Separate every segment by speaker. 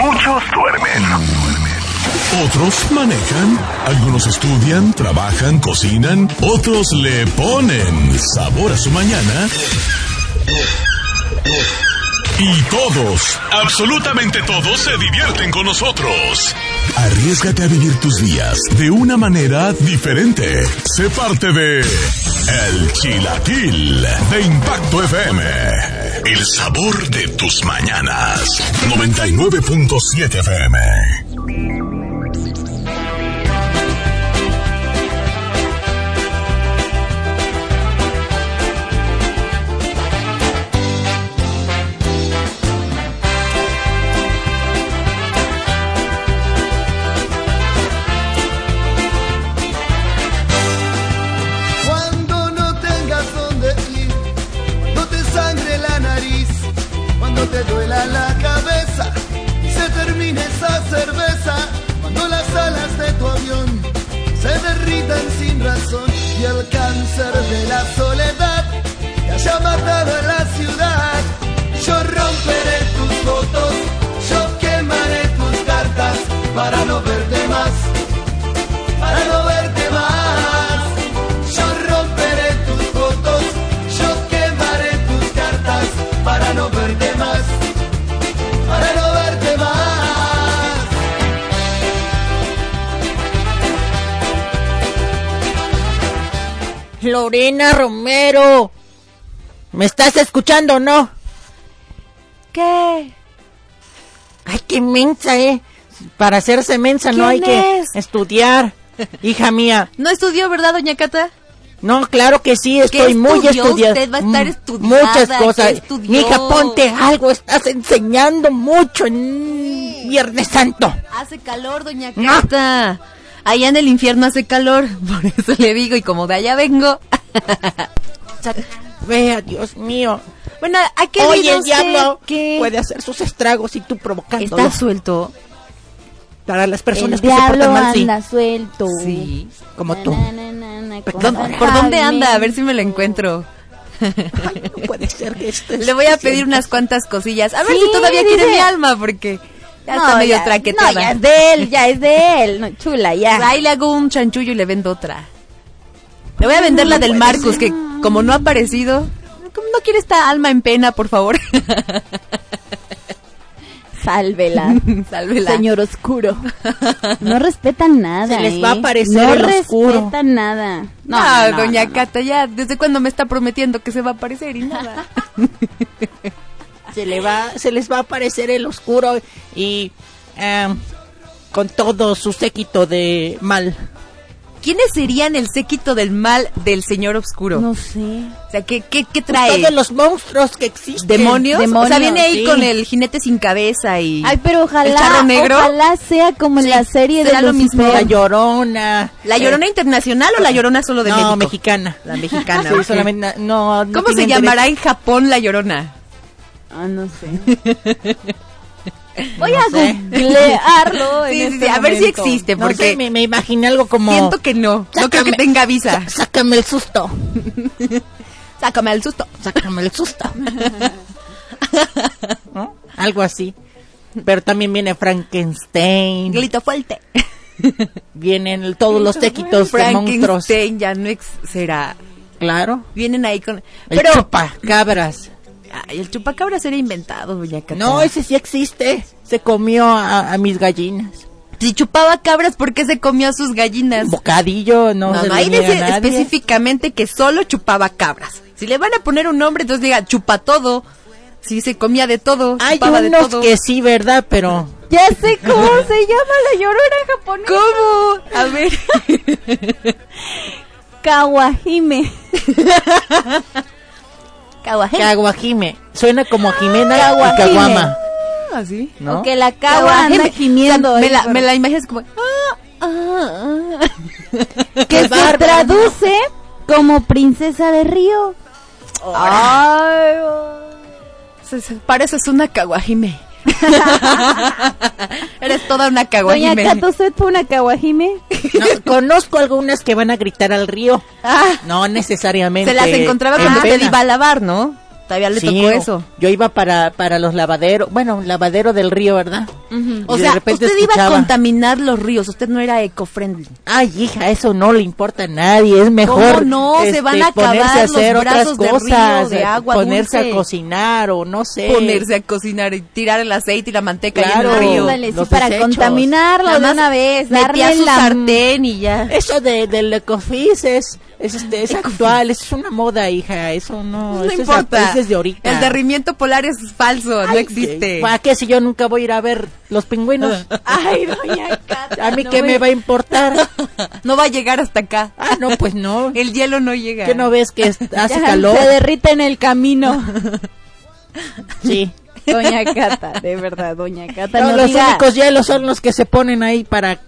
Speaker 1: Muchos duermen.
Speaker 2: Otros manejan, algunos estudian, trabajan, cocinan, otros le ponen sabor a su mañana. Y todos, absolutamente todos, se divierten con nosotros. Arriesgate a vivir tus días de una manera diferente. Sé parte de El Chilaquil de Impacto FM. El sabor de tus mañanas. 99.7 FM.
Speaker 3: Cuando no tengas dónde ir, cuando te sangre la nariz, cuando te duela la cabeza y se termine esa cerveza, cuando las alas de tu avión se derritan sin razón y el cáncer de la soledad te haya matado a la ciudad, yo romperé tus fotos, yo quemaré tus cartas para no verte más, para no verte más. Yo romperé tus fotos, yo quemaré tus cartas para no verte más, para no verte más.
Speaker 4: Lorena Romero. ¿Me estás escuchando o no?
Speaker 5: ¿Qué?
Speaker 4: Ay, qué mensa, ¿eh? Para hacerse mensa no hay
Speaker 5: ¿Quién
Speaker 4: que
Speaker 5: es?
Speaker 4: estudiar, hija mía.
Speaker 5: ¿No estudió, verdad, doña Cata?
Speaker 4: No, claro que sí,
Speaker 5: ¿Qué
Speaker 4: estoy muy
Speaker 5: estudió?
Speaker 4: estudiada.
Speaker 5: Usted va a estar
Speaker 4: Mm,
Speaker 5: estudiada,
Speaker 4: Muchas
Speaker 5: ¿qué
Speaker 4: cosas.
Speaker 5: estudió?
Speaker 4: Mija, ponte algo, estás enseñando mucho en Viernes Santo.
Speaker 5: Hace calor, doña
Speaker 4: No.
Speaker 5: Cata. Allá en el infierno hace calor, por eso le digo, y como de allá vengo.
Speaker 4: Vea, Dios mío.
Speaker 5: Bueno, ¿a qué
Speaker 4: Hoy
Speaker 5: vino
Speaker 4: el diablo
Speaker 5: usted? ¿Qué?
Speaker 4: puede hacer sus estragos y tú
Speaker 5: Está
Speaker 4: provocándolos.
Speaker 5: suelto.
Speaker 4: Para las
Speaker 6: El
Speaker 4: personas que se
Speaker 6: diablo
Speaker 4: portan mal, sí,
Speaker 6: anda suelto.
Speaker 5: Sí.
Speaker 4: como tú.
Speaker 6: Na, na, na, na,
Speaker 4: ¿Por
Speaker 6: con
Speaker 5: ¿Dó-
Speaker 4: Ahora.
Speaker 5: ¿Por dónde
Speaker 6: Jaime.
Speaker 5: anda? A ver si me lo encuentro.
Speaker 4: Ay, no puede ser que esto
Speaker 5: Le voy a pedir
Speaker 4: una
Speaker 5: unas cuantas cosillas. A ver
Speaker 6: Sí,
Speaker 5: si todavía quiere
Speaker 6: dice.
Speaker 5: mi alma, porque ya
Speaker 6: No,
Speaker 5: está medio
Speaker 6: ya-
Speaker 5: traquetada.
Speaker 6: No, ya es de él, ya es de él. No, chula, ya.
Speaker 5: Ahí le hago un chanchullo y le vendo otra. Le voy a vender la del Marcus, que como no ha aparecido, como no quiere esta alma en pena, por favor.
Speaker 6: Sálvela.
Speaker 5: Sálvela.
Speaker 6: Señor oscuro. No respetan nada.
Speaker 4: Se les
Speaker 6: ¿eh?
Speaker 4: va a aparecer
Speaker 6: No
Speaker 4: el oscuro.
Speaker 6: respetan nada. No,
Speaker 5: Ah,
Speaker 6: no, no,
Speaker 5: doña
Speaker 6: no, no.
Speaker 5: Cata, ya, ¿desde cuándo me está prometiendo que se va a aparecer y nada?
Speaker 4: se le va se les va a aparecer el oscuro y em, con todo su séquito de mal
Speaker 5: ¿Quiénes serían el séquito del mal del señor oscuro?
Speaker 6: No sé.
Speaker 5: O sea, ¿qué, qué, qué trae?
Speaker 4: todos los monstruos que existen
Speaker 5: ¿Demonios? O sea,
Speaker 6: demonios,
Speaker 5: viene ahí
Speaker 4: sí.
Speaker 5: con el jinete sin cabeza y...
Speaker 6: Ay, pero
Speaker 5: ¿El charro
Speaker 6: ojalá,
Speaker 5: negro?
Speaker 6: ojalá sea como en la serie de
Speaker 5: será lo mismo.
Speaker 4: la
Speaker 6: Lucifer.
Speaker 4: llorona
Speaker 5: ¿La llorona internacional o la llorona solo
Speaker 4: Eh,
Speaker 5: de
Speaker 4: no
Speaker 5: México?
Speaker 4: mexicana Ah,
Speaker 5: La mexicana.
Speaker 4: Sí,
Speaker 5: ok.
Speaker 4: solamente na- no, no
Speaker 5: ¿Cómo se
Speaker 4: tienen
Speaker 5: llamará en Japón la llorona?
Speaker 6: Ah, no sé.
Speaker 4: derecho,
Speaker 6: Voy
Speaker 4: no
Speaker 6: a
Speaker 4: sé.
Speaker 6: googlearlo. en
Speaker 5: Sí, sí,
Speaker 6: este
Speaker 5: sí, a ver si
Speaker 6: momento.
Speaker 5: existe,
Speaker 4: No
Speaker 5: porque
Speaker 4: sé, me, me imaginé algo como
Speaker 5: siento que no. No creo que
Speaker 4: Sácame-
Speaker 5: tenga visa.
Speaker 4: sácame el susto
Speaker 5: Sácame al susto.
Speaker 4: sácame el susto ¿No? algo así pero también viene Frankenstein
Speaker 5: Grito fuerte.
Speaker 4: vienen el- todos los séquitos de monstruos
Speaker 5: Frankenstein ya no ex- será.
Speaker 4: claro
Speaker 5: Vienen ahí con.
Speaker 4: El
Speaker 5: Pero.
Speaker 4: chupa cabras.
Speaker 5: Ay, el chupacabra será inventado, doña Cata.
Speaker 4: No, ese sí existe. Se comió a, a mis gallinas.
Speaker 5: Si chupaba cabras, ¿por qué se comió a sus gallinas?
Speaker 4: Bocadillo, no,
Speaker 5: No,
Speaker 4: se
Speaker 5: no,
Speaker 4: le
Speaker 5: ahí
Speaker 4: niega
Speaker 5: dice
Speaker 4: a nadie.
Speaker 5: específicamente que solo chupaba cabras. Si le van a poner un nombre, entonces diga chupa todo. Si se comía de todo,
Speaker 4: Hay
Speaker 5: chupaba de
Speaker 4: unos
Speaker 5: todo.
Speaker 4: que sí, ¿verdad? Pero
Speaker 6: Ya sé cómo se llama la llorona japonesa.
Speaker 5: ¿Cómo? A ver.
Speaker 6: Kawahime.
Speaker 5: Kawajin.
Speaker 4: Caguajime. Suena
Speaker 5: Ah,
Speaker 4: como Jimena y
Speaker 6: Caguajime.
Speaker 4: Caguama,
Speaker 5: Así.
Speaker 4: ¿no?
Speaker 6: O que la cagua anda gimiendo.
Speaker 5: me,
Speaker 6: ahí
Speaker 5: la,
Speaker 6: por-
Speaker 5: me la imaginas como. "Ah,
Speaker 6: que se
Speaker 4: bárbaro,
Speaker 6: traduce como princesa de río. Ay,
Speaker 5: Se- se- Para eso es una caguajime. Eres toda una
Speaker 6: Doña
Speaker 5: caguajime.
Speaker 6: Cato, ¿usted fue una kawajime?
Speaker 4: No, Conozco algunas que van a gritar al río. No necesariamente.
Speaker 5: Ah, Se las encontraba
Speaker 4: en
Speaker 5: cuando usted
Speaker 4: pena.
Speaker 5: iba a lavar, ¿no? Todavía le
Speaker 4: Sí,
Speaker 5: tocó
Speaker 4: o-
Speaker 5: eso.
Speaker 4: Yo iba para, para los lavaderos. Bueno, un lavadero del río, ¿verdad?
Speaker 5: O
Speaker 4: Y de
Speaker 5: sea,
Speaker 4: repente
Speaker 5: usted iba a
Speaker 4: escuchaba.
Speaker 5: contaminar los ríos, usted no era eco-friendly.
Speaker 4: Ay, hija, eso no le importa a nadie, es mejor. este,
Speaker 5: no? Se van a acabar
Speaker 4: ponerse a
Speaker 5: los
Speaker 4: hacer
Speaker 5: brazos de
Speaker 4: otras
Speaker 5: río,
Speaker 4: cosas,
Speaker 5: de
Speaker 4: eh,
Speaker 5: agua
Speaker 4: ponerse
Speaker 5: dulce.
Speaker 4: a cocinar o no sé.
Speaker 5: Ponerse a cocinar y tirar el aceite y la manteca
Speaker 4: Claro.
Speaker 5: ahí en el río.
Speaker 6: Ándale, sí,
Speaker 4: los
Speaker 6: para
Speaker 4: desechos.
Speaker 6: contaminarlo
Speaker 5: Nada
Speaker 6: de
Speaker 5: más
Speaker 6: una vez,
Speaker 5: Metía
Speaker 6: darle
Speaker 5: su
Speaker 6: la
Speaker 5: sartén y ya.
Speaker 4: Eso de, del ecofis es, es, este, es actual, es una moda, hija, eso no,
Speaker 5: No
Speaker 4: eso es-
Speaker 5: importa.
Speaker 4: eso es de ahorita.
Speaker 5: El derrimiento polar es falso, no
Speaker 4: Ay,
Speaker 5: existe.
Speaker 4: ¿Para qué si yo nunca voy a ir a ver los pingüinos?
Speaker 6: Ay, doña
Speaker 5: Ah,
Speaker 6: Cata.
Speaker 4: ¿A mí
Speaker 6: no
Speaker 4: qué me va a importar?
Speaker 5: No va a llegar hasta acá.
Speaker 4: Ah, no, pues no.
Speaker 5: El hielo no llega.
Speaker 4: ¿Qué no ves que es- hace
Speaker 6: Ya,
Speaker 4: calor?
Speaker 6: Se derrite en el camino.
Speaker 4: Sí.
Speaker 6: Doña Cata, de verdad, doña Cata.
Speaker 4: No,
Speaker 6: No,
Speaker 4: los
Speaker 6: diga-
Speaker 4: únicos hielos son los que se ponen ahí para,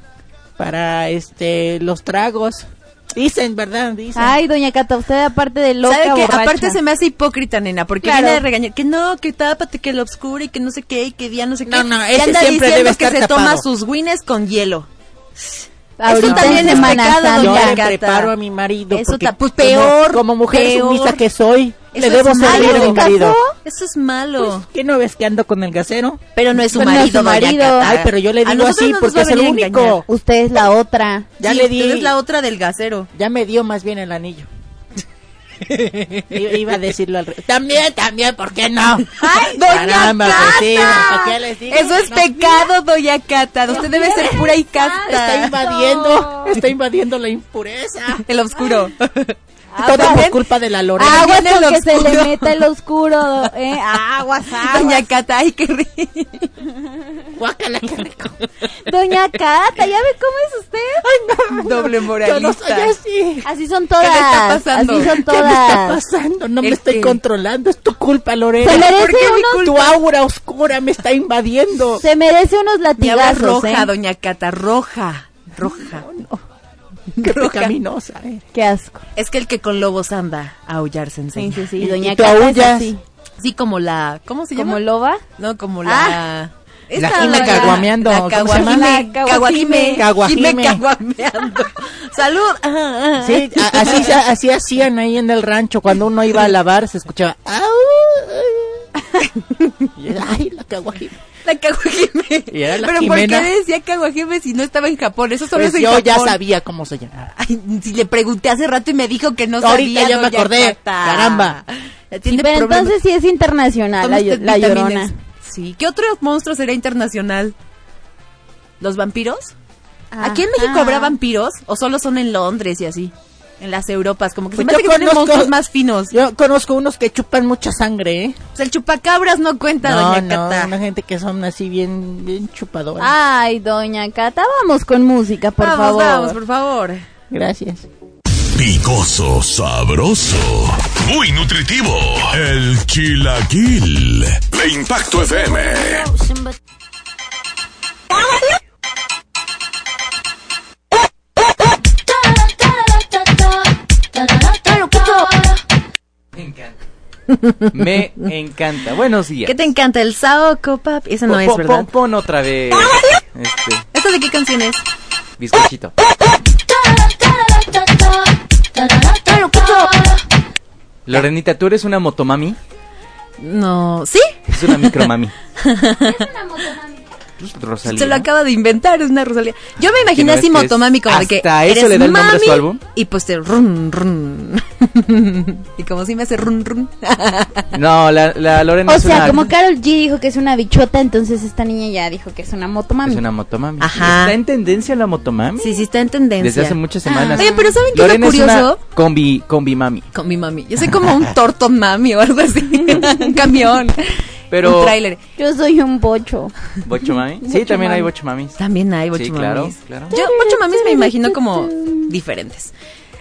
Speaker 4: para este, los tragos. Dicen, ¿verdad? Dicen.
Speaker 6: Ay, doña Cata, usted aparte de loca,
Speaker 5: ¿Sabe qué?
Speaker 6: borracha.
Speaker 5: Aparte se me hace hipócrita, nena, porque
Speaker 6: Claro.
Speaker 5: viene a regañar que no, que tápate, que lo obscura y que no sé qué, y que día no sé qué.
Speaker 4: No, no,
Speaker 5: Y
Speaker 4: ese
Speaker 5: anda
Speaker 4: siempre
Speaker 5: diciendo
Speaker 4: debe
Speaker 5: que
Speaker 4: estar
Speaker 5: se
Speaker 4: tapado.
Speaker 5: toma sus wines con hielo.
Speaker 6: Ahorita
Speaker 5: Eso también
Speaker 6: en
Speaker 5: es
Speaker 6: Semana
Speaker 5: pecado,
Speaker 6: Santa.
Speaker 4: yo
Speaker 5: doña
Speaker 4: le
Speaker 5: Cata.
Speaker 4: preparo a mi marido.
Speaker 5: Eso
Speaker 4: porque
Speaker 5: ta- pues,
Speaker 4: como-
Speaker 5: peor,
Speaker 4: Como, mujer
Speaker 5: peor.
Speaker 4: sumisa que soy,
Speaker 5: Eso
Speaker 4: le debo
Speaker 5: es malo.
Speaker 4: servir a mi
Speaker 5: ¿Se
Speaker 4: marido.
Speaker 5: Eso es malo.
Speaker 4: ¿Qué no ves que ando con el gasero?
Speaker 5: pero no es su
Speaker 4: pues,
Speaker 6: Pero no es
Speaker 5: marido,
Speaker 6: su
Speaker 5: doña
Speaker 6: marido.
Speaker 5: Cata.
Speaker 4: Ay, pero yo le
Speaker 5: A
Speaker 4: digo
Speaker 5: nosotros
Speaker 4: así
Speaker 5: no nos
Speaker 4: porque
Speaker 5: va a
Speaker 4: es el
Speaker 5: venir a
Speaker 4: único.
Speaker 5: engañar.
Speaker 6: Usted es la otra.
Speaker 4: Ya
Speaker 5: Sí,
Speaker 4: le di.
Speaker 5: usted es la otra del gasero.
Speaker 4: Ya me dio más bien el anillo. I- Iba a decirlo al revés. También, también, ¿por qué no?
Speaker 5: ¡Ay, doña
Speaker 4: Caramba,
Speaker 5: Cata!
Speaker 4: pues sí, ¿para qué les digo?
Speaker 5: Eso es
Speaker 4: No,
Speaker 5: pecado, doña Cata. Usted debe ser pura y
Speaker 4: Está
Speaker 5: casta.
Speaker 4: invadiendo, está invadiendo la impureza.
Speaker 5: El oscuro.
Speaker 4: Todo por
Speaker 5: ¿ven?
Speaker 4: culpa de la Lorena.
Speaker 5: Ah,
Speaker 6: Aguas
Speaker 5: viene el
Speaker 6: con que se le
Speaker 5: oscuro.
Speaker 6: meta el oscuro, eh. Aguas, aguas.
Speaker 5: Doña Cata, ay, qué rico.
Speaker 4: Guácala, qué rico.
Speaker 6: Doña Cata, ¿ya ve cómo es usted?
Speaker 5: Doble
Speaker 4: Yo
Speaker 5: moralista.
Speaker 4: no soy así.
Speaker 6: Así son
Speaker 5: le está
Speaker 6: todas.
Speaker 5: pasando?
Speaker 6: Así
Speaker 5: ¿Qué
Speaker 6: son
Speaker 4: ¿Qué me está
Speaker 6: todas.
Speaker 4: pasando? No me
Speaker 5: ¿El
Speaker 4: estoy
Speaker 5: qué?
Speaker 4: controlando. Es tu culpa, Lorena.
Speaker 6: Se merece
Speaker 4: ¿Por qué
Speaker 6: unos-
Speaker 4: mi culpa? Tu aura oscura me está invadiendo.
Speaker 6: Se merece unos
Speaker 5: Mi habla es
Speaker 6: latigazos,
Speaker 5: roja,
Speaker 6: eh.
Speaker 5: doña Cata, roja, roja.
Speaker 4: Qué
Speaker 5: Roja.
Speaker 4: pecaminosa eres.
Speaker 6: Qué asco.
Speaker 5: Es que el que con lobos anda a aullar se
Speaker 6: Sí,
Speaker 5: enseña.
Speaker 6: sí, sí.
Speaker 4: Y-
Speaker 6: Doña
Speaker 4: y tú
Speaker 6: Cata es
Speaker 4: aullas.
Speaker 6: así.
Speaker 5: Sí, como la, ¿cómo se
Speaker 6: Como
Speaker 5: llama?
Speaker 6: loba.
Speaker 5: No, como la...
Speaker 4: La jime caguameando,
Speaker 5: La
Speaker 4: ¿cómo se llama?
Speaker 5: caguajime,
Speaker 6: La
Speaker 5: caguajime,
Speaker 6: caguajime.
Speaker 5: jime
Speaker 4: Caguajime.
Speaker 5: caguameando. Salud.
Speaker 4: Sí, a- así, se- así hacían ahí en el rancho. Cuando uno iba a lavar, se escuchaba. "Au". Y era, Ay, la caguajima.
Speaker 5: La caguajime.
Speaker 4: Y era la
Speaker 5: Pero
Speaker 4: Jimena.
Speaker 5: ¿por qué decía caguajime si no estaba en Japón? Eso solo
Speaker 4: Pues
Speaker 5: es en
Speaker 4: yo ya
Speaker 5: Japón.
Speaker 4: sabía cómo se llamaba.
Speaker 5: Ay, si le pregunté hace rato y me dijo que no
Speaker 4: Ahorita
Speaker 5: sabía.
Speaker 4: ya me
Speaker 5: doña
Speaker 4: acordé.
Speaker 5: Cata.
Speaker 4: Caramba.
Speaker 5: Ya
Speaker 6: Sí,
Speaker 5: tiene
Speaker 6: pero
Speaker 5: problemas. Ah,
Speaker 6: entonces sí es internacional la,
Speaker 5: Tome
Speaker 6: llo-
Speaker 5: usted
Speaker 6: la
Speaker 5: vitaminas.
Speaker 6: llorona.
Speaker 5: Sí. ¿Qué otro monstruo será internacional? ¿Los vampiros? ¿Aquí en
Speaker 6: Ajá.
Speaker 5: México habrá vampiros? ¿O solo son en Londres y así? En las Europas, como que se
Speaker 4: Pues
Speaker 5: me
Speaker 4: yo
Speaker 5: hace que tienen
Speaker 4: conozco-
Speaker 5: monstruos más finos.
Speaker 4: Yo conozco unos que chupan mucha sangre, ¿eh?
Speaker 5: O sea, el chupacabras no cuenta,
Speaker 4: No,
Speaker 5: doña
Speaker 4: no,
Speaker 5: Cata.
Speaker 4: una gente que son así bien, bien chupadoras.
Speaker 6: Ay, doña Cata, vamos con música, por
Speaker 5: vamos,
Speaker 6: favor.
Speaker 5: vamos, por favor.
Speaker 4: Gracias.
Speaker 2: Picoso, sabroso, muy nutritivo. El chilaquil de Impacto FM.
Speaker 1: Me encanta. Buenos días.
Speaker 5: ¿Qué te encanta? ¿El saoco, pap? Eso no
Speaker 1: Po-
Speaker 5: es,
Speaker 1: po-
Speaker 5: ¿verdad?
Speaker 1: po- Pon otra vez. Este,
Speaker 5: ¿Esto de qué canción es?
Speaker 1: bizcochito. Lorenita, ¿tú eres una motomami?
Speaker 5: No, ¿sí?
Speaker 1: Es una micromami. Pues, Rosalía.
Speaker 5: Se lo acaba de inventar, es una Rosalía. Yo me imaginé
Speaker 1: no
Speaker 5: así
Speaker 1: es que es-
Speaker 5: Motomami como de que
Speaker 1: hasta eso
Speaker 5: eres
Speaker 1: le da el nombre a su
Speaker 5: mami,
Speaker 1: álbum.
Speaker 5: Y pues te run run. y como si me hace run run.
Speaker 1: No, la, la Lorena
Speaker 6: O
Speaker 1: es
Speaker 6: sea,
Speaker 1: una,
Speaker 6: como Carol G dijo que es una bichota, entonces esta niña ya dijo que es una motomami.
Speaker 1: es una motomami.
Speaker 5: Ajá.
Speaker 1: ¿Está en tendencia la motomami?
Speaker 5: sí, sí está en tendencia.
Speaker 1: Desde hace muchas semanas.
Speaker 5: Oye, pero ¿saben qué es lo
Speaker 1: Lorena es una
Speaker 5: curioso?
Speaker 1: combi, combi mami.
Speaker 5: Con mi mami. Yo soy como un tortón mami o algo así. un camión.
Speaker 1: Pero-
Speaker 5: Un tráiler.
Speaker 6: Yo soy un bocho.
Speaker 1: ¿Bocho mami? Sí, también hay bocho mamis.
Speaker 5: También hay bocho
Speaker 1: Sí, claro,
Speaker 5: mamis.
Speaker 1: claro.
Speaker 5: Yo bocho mamis me imagino como diferentes.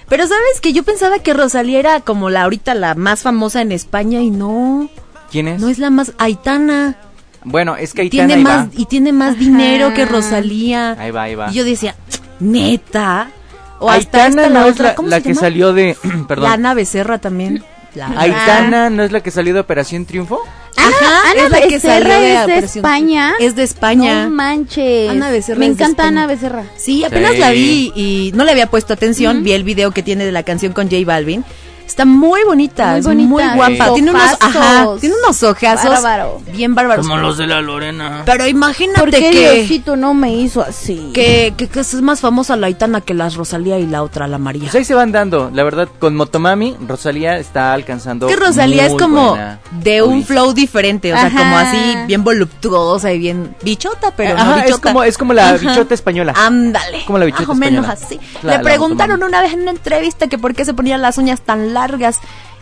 Speaker 5: Pero ¿sabes que Yo pensaba que Rosalía era como la ahorita la más famosa en España y no.
Speaker 1: ¿Quién es?
Speaker 5: No es la más Aitana.
Speaker 1: Bueno, es que ahí
Speaker 5: tiene
Speaker 1: ahí
Speaker 5: más
Speaker 1: va.
Speaker 5: y tiene más dinero que Rosalía.
Speaker 1: Ahí va, ahí va.
Speaker 5: Y yo decía, neta. O hasta
Speaker 1: Aitana
Speaker 5: esta la
Speaker 1: no es
Speaker 5: otra,
Speaker 1: la,
Speaker 5: ¿cómo
Speaker 1: la
Speaker 5: se
Speaker 1: que
Speaker 5: llama?
Speaker 1: salió de. perdón.
Speaker 5: La Ana Becerra también. La-
Speaker 1: Aitana no es la que salió de Operación Triunfo.
Speaker 5: Ajá,
Speaker 6: Ana
Speaker 5: es la que
Speaker 6: Becerra
Speaker 5: salió de
Speaker 6: es de
Speaker 5: Operación-
Speaker 6: España.
Speaker 5: Es de España.
Speaker 6: No manches.
Speaker 5: Ana Becerra
Speaker 6: Me
Speaker 5: es de
Speaker 6: encanta
Speaker 5: España.
Speaker 6: Ana Becerra.
Speaker 5: Sí, apenas
Speaker 1: Sí.
Speaker 5: la vi y no le había puesto atención. Vi el video que tiene de la canción con J Balvin. Está muy bonita,
Speaker 6: Muy
Speaker 5: es
Speaker 6: bonita.
Speaker 5: muy guapa.
Speaker 6: Sí.
Speaker 5: Tiene unos, ajá,
Speaker 6: Ojazos.
Speaker 5: tiene unos ojazos
Speaker 6: Bárbaro.
Speaker 5: bien bárbaros.
Speaker 1: Como los de la Lorena.
Speaker 5: Pero
Speaker 6: ¿Por
Speaker 5: imagínate
Speaker 6: qué
Speaker 5: que,
Speaker 6: Diosito no me hizo así?
Speaker 5: que, que- que es más famosa la Aitana que la Rosalía y la otra, la María.
Speaker 1: Pues ahí se van dando, la verdad, con Motomami, Rosalía está alcanzando.
Speaker 5: que Rosalía es
Speaker 1: muy
Speaker 5: como
Speaker 1: buena
Speaker 5: de un
Speaker 1: audiencia.
Speaker 5: flow diferente, o sea,
Speaker 6: Ajá.
Speaker 5: como así bien voluptuosa y bien bichota, pero no
Speaker 1: Ajá,
Speaker 5: bichota.
Speaker 1: es como, es como la bichota española.
Speaker 5: Ándale.
Speaker 1: Como la bichota
Speaker 5: Más o menos
Speaker 1: española.
Speaker 5: así.
Speaker 1: La-
Speaker 5: Le
Speaker 1: la
Speaker 5: preguntaron
Speaker 1: motomami.
Speaker 5: una vez en una entrevista que por qué se ponían las uñas tan largas.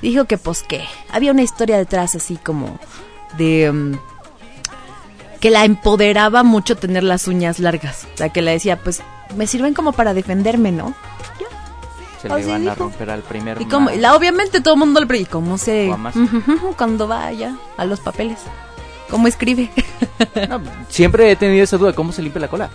Speaker 5: Dijo que pues que había una historia detrás así como de... mm, que la empoderaba mucho tener las uñas largas. O sea, que le decía, pues me sirven como para defenderme, ¿no?
Speaker 1: Se
Speaker 5: Así
Speaker 1: le van a
Speaker 5: dijo.
Speaker 1: romper al primer
Speaker 5: Y como,
Speaker 1: ma-
Speaker 5: y la, obviamente todo el mundo le pregunta, ¿y cómo se...
Speaker 1: Guamas.
Speaker 5: Ujujujú, cuando vaya a los papeles? ¿Cómo escribe?
Speaker 1: No, siempre he tenido esa duda, ¿cómo se limpia la cola?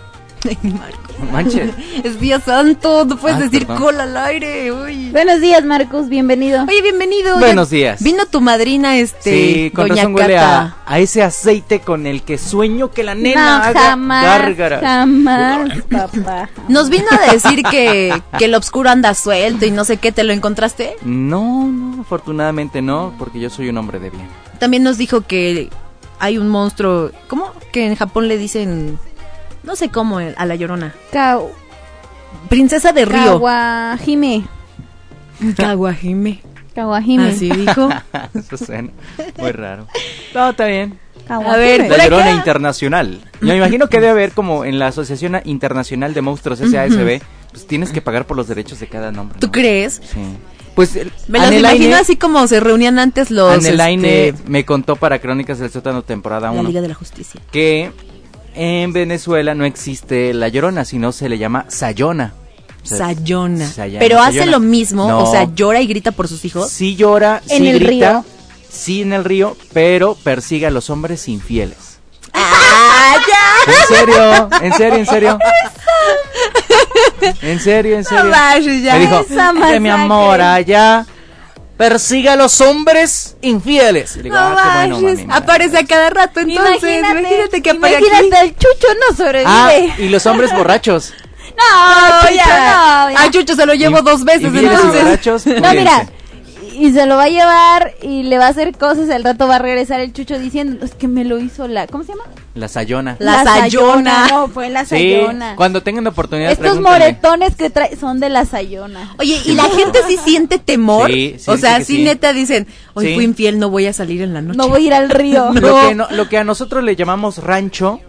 Speaker 5: Ay, Marco.
Speaker 1: No Manches.
Speaker 5: Es día santo, no puedes
Speaker 1: Ah,
Speaker 5: decir
Speaker 1: perdón.
Speaker 5: cola al aire. Uy.
Speaker 6: Buenos días, Marcos, bienvenido.
Speaker 5: Oye, bienvenido. ya
Speaker 1: Buenos días.
Speaker 5: Vino tu madrina, este.
Speaker 1: Sí, con
Speaker 5: doña
Speaker 1: razón huele
Speaker 5: Cata.
Speaker 1: a, a ese aceite con el que sueño que la nena
Speaker 6: no,
Speaker 1: haga
Speaker 6: jamás,
Speaker 1: gárgaras.
Speaker 6: jamás, papá.
Speaker 5: Nos vino a decir que, que el obscuro anda suelto y no sé qué, ¿te lo encontraste?
Speaker 1: No, no, afortunadamente no, porque yo soy un hombre de bien.
Speaker 5: También nos dijo que hay un monstruo. ¿Cómo? Que en Japón le dicen. No sé cómo eh, a la llorona.
Speaker 6: Cau-
Speaker 5: Princesa de río.
Speaker 6: Kawajime.
Speaker 5: Kawajime.
Speaker 6: Kawajime.
Speaker 5: Así dijo.
Speaker 1: Eso suena muy raro. No, está bien.
Speaker 6: Kawajime.
Speaker 5: A ver,
Speaker 1: La
Speaker 5: ¿Para qué?
Speaker 1: Llorona Internacional. Me imagino que debe haber como en la Asociación Internacional de Monstruos SASB, pues tienes que pagar por los derechos de cada nombre.
Speaker 5: ¿Tú
Speaker 1: ¿no?
Speaker 5: crees?
Speaker 1: Sí. Pues el-
Speaker 5: Me las
Speaker 1: Anelaine-
Speaker 5: imagino así como se reunían antes los.
Speaker 1: Anelaine
Speaker 5: este,
Speaker 1: me contó para Crónicas del Sótano temporada
Speaker 5: la
Speaker 1: 1
Speaker 5: Liga de la Justicia.
Speaker 1: que en Venezuela no existe la Llorona, sino se le llama Sayona. O sea,
Speaker 5: Sayona.
Speaker 1: Sayana,
Speaker 5: Pero hace
Speaker 1: Sayona.
Speaker 5: lo mismo,
Speaker 1: No.
Speaker 5: o sea, llora y grita por sus hijos.
Speaker 1: Sí llora,
Speaker 6: En
Speaker 1: sí
Speaker 6: el
Speaker 1: grita,
Speaker 6: río.
Speaker 1: sí en el río, pero persigue a los hombres infieles.
Speaker 5: ¡Ah, ya!
Speaker 1: En serio, en serio, en serio. En serio, en serio.
Speaker 5: vayas, ya.
Speaker 1: Me dijo,
Speaker 6: Esa
Speaker 1: "Mire, mi amor, allá persigue a los hombres infieles. Y le digo,
Speaker 5: No
Speaker 1: "Ah, qué bueno,
Speaker 5: vayas.
Speaker 1: mami, mami".
Speaker 5: Aparece a cada rato, entonces. Imagínate, que aparece
Speaker 6: imagínate,
Speaker 5: aquí.
Speaker 6: el chucho no
Speaker 1: Ah,
Speaker 6: sobrevive.
Speaker 1: y los hombres borrachos.
Speaker 6: no,
Speaker 5: Ah, Chucho,
Speaker 6: ya, no, ya.
Speaker 5: A Chucho se lo llevo
Speaker 1: Y-
Speaker 5: dos veces,
Speaker 1: infieles y
Speaker 5: entonces.
Speaker 1: borrachos,
Speaker 6: No, mira.
Speaker 1: cuídense.
Speaker 6: Y se lo va a llevar y le va a hacer cosas. Al rato va a regresar el chucho diciendo: Es que me lo hizo la. ¿Cómo se llama?
Speaker 1: La sayona.
Speaker 5: La Sayona.
Speaker 6: No, fue la
Speaker 1: Sí,
Speaker 6: Sayona.
Speaker 1: cuando tengan la oportunidad
Speaker 6: Estos
Speaker 1: pregúntenme.
Speaker 6: moretones que trae son de la Sayona.
Speaker 5: Oye, ¿y la gente sí siente temor?
Speaker 1: Sí, sí,
Speaker 5: o sea,
Speaker 1: dice que
Speaker 5: sí,
Speaker 1: sí.
Speaker 5: neta dicen, hoy
Speaker 1: Sí.
Speaker 5: fui infiel, no voy a salir en la noche.
Speaker 6: No voy a ir al río.
Speaker 5: No.
Speaker 1: Lo, que no- lo que a nosotros le llamamos rancho,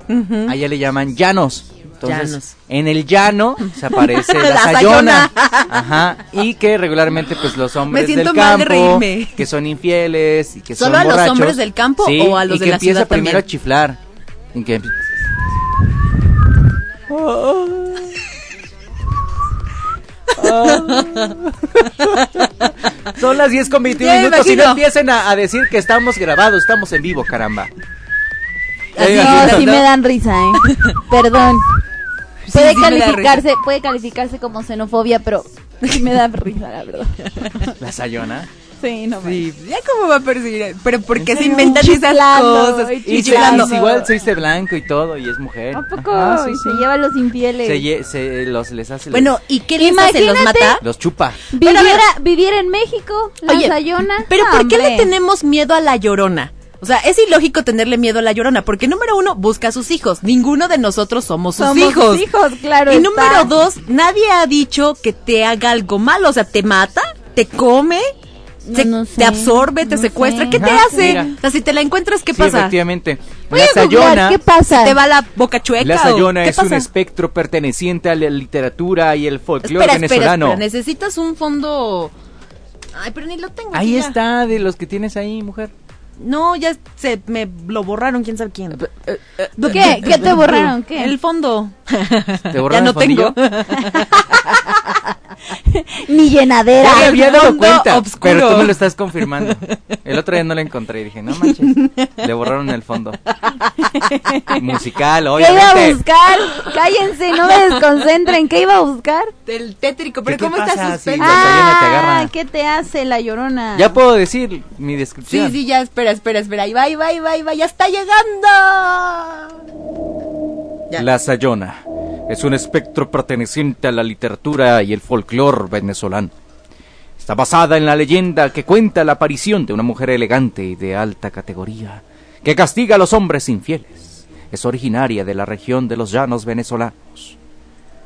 Speaker 1: allá le llaman llanos. Entonces,
Speaker 5: Llanos.
Speaker 1: en el llano se aparece la,
Speaker 5: La
Speaker 1: sayona.
Speaker 5: sayona.
Speaker 1: Ajá. Y que regularmente, pues los hombres
Speaker 5: siento
Speaker 1: del
Speaker 5: mal de
Speaker 1: campo,
Speaker 5: reírme.
Speaker 1: que son infieles y que
Speaker 5: ¿Solo
Speaker 1: son
Speaker 5: a los
Speaker 1: borrachos,
Speaker 5: hombres del campo
Speaker 1: sí,
Speaker 5: o a los
Speaker 1: y
Speaker 5: de
Speaker 1: que
Speaker 5: la
Speaker 1: empieza
Speaker 5: ciudad
Speaker 1: primero
Speaker 5: también?
Speaker 1: a chiflar. Y que empie- Son las 10 con 21
Speaker 5: Ya me
Speaker 1: minutos y no
Speaker 5: imagino.
Speaker 1: empiecen a, a decir que estamos grabados, estamos en vivo, caramba.
Speaker 5: Así,
Speaker 6: No, sí
Speaker 5: ¿no?
Speaker 6: me dan risa, ¿eh? Perdón.
Speaker 5: Sí,
Speaker 6: Puede
Speaker 5: sí me da risa.
Speaker 6: calificarse, puede calificarse como xenofobia, pero sí me da risa, la verdad.
Speaker 1: La sayona.
Speaker 6: Sí, no me.
Speaker 5: Sí, ya cómo va a perseguir. Pero ¿por qué se
Speaker 6: serio?
Speaker 5: inventan esas
Speaker 6: Chiflando,
Speaker 5: cosas?
Speaker 6: y
Speaker 1: Y
Speaker 6: Y
Speaker 1: se,
Speaker 6: chiflando.
Speaker 1: y igual se viste blanco y todo y es mujer.
Speaker 6: ¿A poco?
Speaker 1: Ajá, sí,
Speaker 6: Y
Speaker 1: sí.
Speaker 6: Se lleva a los infieles.
Speaker 1: Se lle- se los les hace
Speaker 5: Bueno, ¿y qué les hace? ¿Los
Speaker 6: Imagínate.
Speaker 5: mata?
Speaker 1: los chupa.
Speaker 6: viviera,
Speaker 5: Bueno, a
Speaker 6: viviera en México, la Sayona.
Speaker 5: pero
Speaker 6: No,
Speaker 5: ¿por qué le
Speaker 6: hombre.
Speaker 5: tenemos miedo a la llorona? O sea, es ilógico tenerle miedo a la llorona, porque número uno, busca a sus hijos. Ninguno de nosotros somos sus
Speaker 6: Somos
Speaker 5: hijos.
Speaker 6: sus hijos, claro.
Speaker 5: y
Speaker 6: está.
Speaker 5: número dos, nadie ha dicho que te haga algo malo. O sea, te mata, te come,
Speaker 6: No,
Speaker 5: se-
Speaker 6: no sé,
Speaker 5: te absorbe, te
Speaker 6: no
Speaker 5: secuestra.
Speaker 6: sé.
Speaker 5: ¿Qué te
Speaker 1: Ajá,
Speaker 5: hace?
Speaker 1: mira.
Speaker 5: O sea, si te la encuentras, ¿qué
Speaker 1: sí,
Speaker 5: pasa?
Speaker 1: efectivamente.
Speaker 6: Voy
Speaker 1: la
Speaker 6: a googlear,
Speaker 1: sayona,
Speaker 6: ¿Qué pasa?
Speaker 5: ¿Te va la boca chueca?
Speaker 1: la
Speaker 5: o
Speaker 1: sayona
Speaker 5: ¿qué
Speaker 1: es un
Speaker 5: pasa?
Speaker 1: espectro perteneciente a la literatura y el folclore
Speaker 5: Espera, espera,
Speaker 1: venezolano.
Speaker 5: espera, necesitas un fondo. Ay, pero ni lo tengo.
Speaker 1: Ahí
Speaker 5: aquí ya.
Speaker 1: está de los que tienes ahí, mujer.
Speaker 5: No, ya se me lo borraron, quién sabe quién. eh,
Speaker 6: ¿Qué? ¿Qué te borraron? ¿Qué?
Speaker 5: El fondo.
Speaker 1: ¿Te borraron
Speaker 5: ya
Speaker 1: el
Speaker 5: no tengo.
Speaker 1: fondillo?
Speaker 6: Mi llenadera.
Speaker 1: Ya me había dado
Speaker 5: fondo
Speaker 1: cuenta,
Speaker 5: obscuro.
Speaker 1: pero tú me lo estás confirmando. El otro día no lo encontré y dije, no manches, le borraron el fondo. Musical,
Speaker 6: ¿Qué iba a
Speaker 1: obviamente.
Speaker 6: buscar? Cállense, no me desconcentren. ¿Qué iba a buscar?
Speaker 5: El tétrico, pero
Speaker 1: ¿Qué te
Speaker 5: ¿cómo
Speaker 1: pasa?
Speaker 5: está suspenso?
Speaker 1: Sí, Sayona te agarra.
Speaker 6: Ah, ¿qué te hace la llorona?
Speaker 1: Ya puedo decir mi
Speaker 5: Sí,
Speaker 1: descripción.
Speaker 5: sí, ya, espera, espera, espera. Ahí va, ahí va, ahí va, ahí va, ya está llegando. Ya.
Speaker 1: La Sayona es un espectro perteneciente a la literatura y el folclore venezolano. Está basada en la leyenda que cuenta la aparición de una mujer elegante y de alta categoría, que castiga a los hombres infieles. Es originaria de la región de los llanos venezolanos.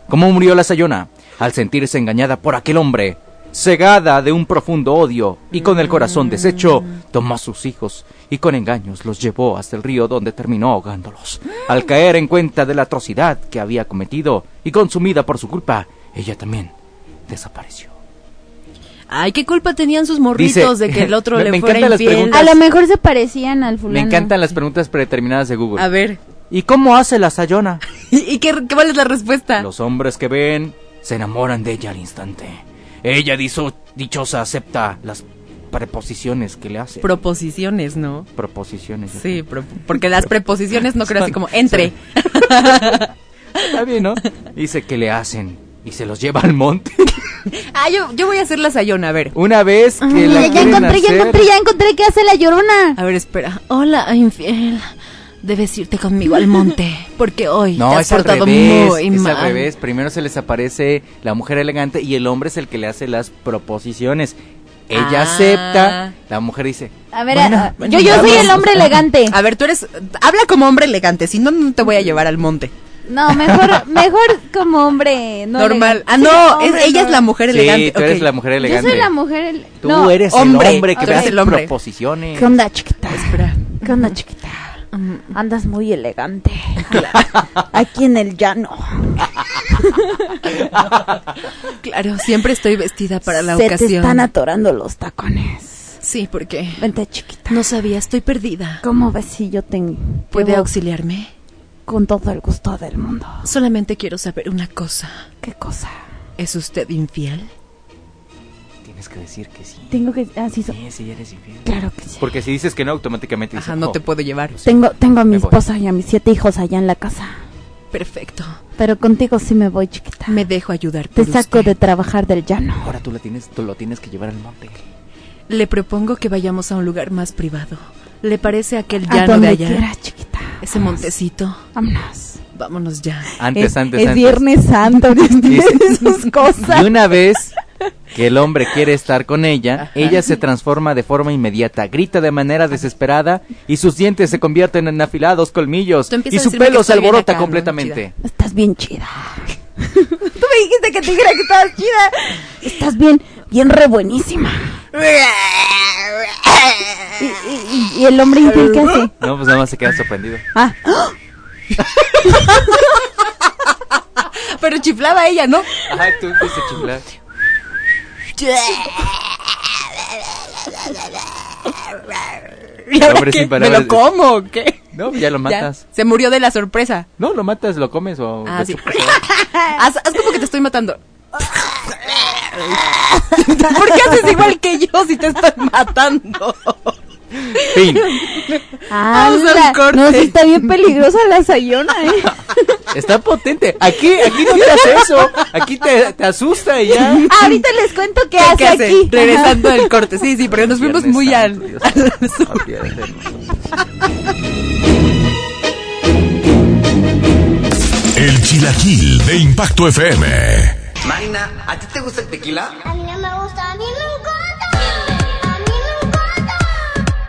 Speaker 1: ¿Cómo murió la Sayona? Al sentirse engañada por aquel hombre, cegada de un profundo odio y con el corazón deshecho, tomó a sus hijos y con engaños los llevó hasta el río donde terminó ahogándolos. Al caer en cuenta de la atrocidad que había cometido y consumida por su culpa, ella también desapareció.
Speaker 5: Ay, ¿qué culpa tenían sus morritos
Speaker 1: Dice-
Speaker 5: de que el otro
Speaker 1: Me-
Speaker 5: le
Speaker 1: me
Speaker 5: fuera
Speaker 1: encantan las
Speaker 5: infiel?
Speaker 1: preguntas.
Speaker 6: A lo mejor se parecían al
Speaker 1: Me
Speaker 6: fulano.
Speaker 1: encantan las preguntas predeterminadas de Google.
Speaker 5: A ver,
Speaker 1: ¿Y cómo hace la Sayona?
Speaker 5: ¿y qué, qué- cuál es la respuesta?
Speaker 1: Los hombres que ven se enamoran de ella al instante. Ella dicho- dichosa acepta las preposiciones que le hace.
Speaker 5: Proposiciones, ¿no?
Speaker 1: proposiciones.
Speaker 5: Sí, pro- porque las preposiciones no creo así como
Speaker 1: Son-
Speaker 5: entre.
Speaker 1: Está bien, ¿no? Dice que le hacen y se los lleva al monte.
Speaker 5: Ah, yo, yo voy a hacer la sayona, a ver.
Speaker 1: Una vez que
Speaker 6: Ay,
Speaker 1: la
Speaker 6: ya
Speaker 1: quieren
Speaker 6: encontré, ya
Speaker 1: hacer-
Speaker 6: encontré, ya encontré qué hace la llorona.
Speaker 5: A ver, espera. Hola, infiel. Debes irte conmigo al monte, porque hoy te
Speaker 1: No,
Speaker 5: has
Speaker 1: es al
Speaker 5: portado
Speaker 1: revés,
Speaker 5: muy
Speaker 1: es
Speaker 5: mal.
Speaker 1: al revés. Primero se les aparece la mujer elegante y el hombre es el que le hace las proposiciones. Ella
Speaker 5: Ah.
Speaker 1: acepta, la mujer dice,
Speaker 6: A ver,
Speaker 1: Bueno,
Speaker 6: a-
Speaker 1: bueno,
Speaker 6: yo, yo soy
Speaker 1: vamos.
Speaker 6: el hombre elegante.
Speaker 5: A ver, tú eres... Habla como hombre elegante, si no, no te voy a llevar al monte.
Speaker 6: No, mejor, mejor como hombre. No
Speaker 5: Normal.
Speaker 6: elegante.
Speaker 5: Ah,
Speaker 6: Sí,
Speaker 5: no,
Speaker 6: como
Speaker 5: es-
Speaker 6: hombre,
Speaker 5: ella es
Speaker 6: no.
Speaker 5: la mujer elegante.
Speaker 1: sí, tú eres
Speaker 5: ok.
Speaker 1: la mujer elegante.
Speaker 6: Yo soy la mujer. el-
Speaker 1: Tú
Speaker 6: no.
Speaker 1: eres
Speaker 5: hombre,
Speaker 1: el hombre que
Speaker 5: tú
Speaker 1: le
Speaker 5: eres
Speaker 1: hace
Speaker 5: el hombre.
Speaker 1: proposiciones.
Speaker 6: ¿Qué onda, chiquita?
Speaker 5: Espera. Mm.
Speaker 6: ¿Qué onda, chiquita? Andas muy elegante. Aquí en el llano.
Speaker 5: Claro, siempre estoy vestida para la
Speaker 6: Se te
Speaker 5: ocasión.
Speaker 6: están atorando los tacones.
Speaker 5: Sí, porque
Speaker 6: Vente, chiquita.
Speaker 5: no sabía, estoy perdida.
Speaker 6: ¿Cómo ves si yo te
Speaker 5: ¿Puede
Speaker 6: llevo
Speaker 5: auxiliarme?
Speaker 6: con todo el gusto del mundo?
Speaker 5: Solamente quiero saber una cosa.
Speaker 6: ¿Qué cosa?
Speaker 5: ¿Es usted infiel?
Speaker 1: Tienes que decir que sí.
Speaker 6: Tengo que...
Speaker 5: ah,
Speaker 6: Así
Speaker 1: Sí, sí, eres infiel.
Speaker 6: Claro que sí.
Speaker 1: Porque si dices que no, automáticamente dices,
Speaker 5: Ajá, no
Speaker 1: "Oh,
Speaker 5: te puedo llevar.
Speaker 6: Tengo, tengo a mi
Speaker 1: Me voy.
Speaker 6: esposa y a mis siete hijos allá en la casa.
Speaker 5: Perfecto.
Speaker 6: Pero contigo sí me voy, chiquita.
Speaker 5: Me dejo ayudar
Speaker 6: Te
Speaker 5: por
Speaker 6: saco
Speaker 5: usted.
Speaker 6: de trabajar del llano.
Speaker 1: Ahora tú, la tienes, tú lo tienes que llevar al monte.
Speaker 5: Le propongo que vayamos a un lugar más privado. ¿Le parece aquel
Speaker 6: A
Speaker 5: llano de
Speaker 6: donde
Speaker 5: allá?
Speaker 6: quieras, chiquita.
Speaker 5: Ese montecito.
Speaker 6: Vámonos.
Speaker 5: Vámonos ya.
Speaker 1: Antes,
Speaker 6: es,
Speaker 1: antes,
Speaker 6: es
Speaker 1: antes.
Speaker 6: Viernes Santo, tiene sus
Speaker 1: Y
Speaker 6: cosas.
Speaker 1: una vez que el hombre quiere estar con ella, ella se transforma de forma inmediata, grita de manera desesperada y sus dientes se convierten en afilados colmillos
Speaker 5: Tú empiezas
Speaker 1: y
Speaker 5: a
Speaker 1: su
Speaker 5: decirme
Speaker 1: pelo
Speaker 5: que
Speaker 1: se
Speaker 5: estoy bien
Speaker 1: alborota
Speaker 5: acá, ¿no?
Speaker 1: completamente.
Speaker 6: Estás bien chida. Tú me dijiste que te dijera que estabas chida. Estás bien, bien re buenísima. Y, y- y- y el hombre infiel qué hace?
Speaker 1: No, pues nada más se queda sorprendido.
Speaker 6: Ah,
Speaker 5: Pero chiflaba ella, ¿no?
Speaker 1: Ajá, tú empiezas a chiflar.
Speaker 5: ¿Y ahora
Speaker 1: Hombre sin
Speaker 5: qué? ¿Me
Speaker 1: palabras.
Speaker 5: lo como o qué?
Speaker 1: No, pues ya lo matas.
Speaker 5: Ya, Se murió de la sorpresa.
Speaker 1: No, lo matas, lo comes o...
Speaker 5: Ah,
Speaker 1: lo
Speaker 5: sí.
Speaker 1: chupas.
Speaker 5: haz, haz como que te estoy matando. ¿Por qué haces igual que yo si te estoy matando?
Speaker 1: Fin.
Speaker 5: Vamos a un
Speaker 6: anda.
Speaker 5: corte.
Speaker 6: No, sí está bien peligrosa la sayona, ¿eh?
Speaker 1: Está potente. Aquí, aquí no te hace eso. Aquí te, te asusta y ya.
Speaker 6: Ahorita les cuento qué, hace,
Speaker 5: ¿Qué hace?
Speaker 6: aquí.
Speaker 5: Regresando del corte. Sí, sí, pero nos fuimos
Speaker 1: Viernes
Speaker 5: muy
Speaker 1: Santo,
Speaker 5: al...
Speaker 1: Dios
Speaker 5: al-
Speaker 1: santo, Viernes Santo.
Speaker 2: El chilaquil de Impacto FM.
Speaker 7: Marina, ¿a ti te gusta el tequila?
Speaker 8: A mí no me gusta, a mí no me encanta. A mí no me encanta.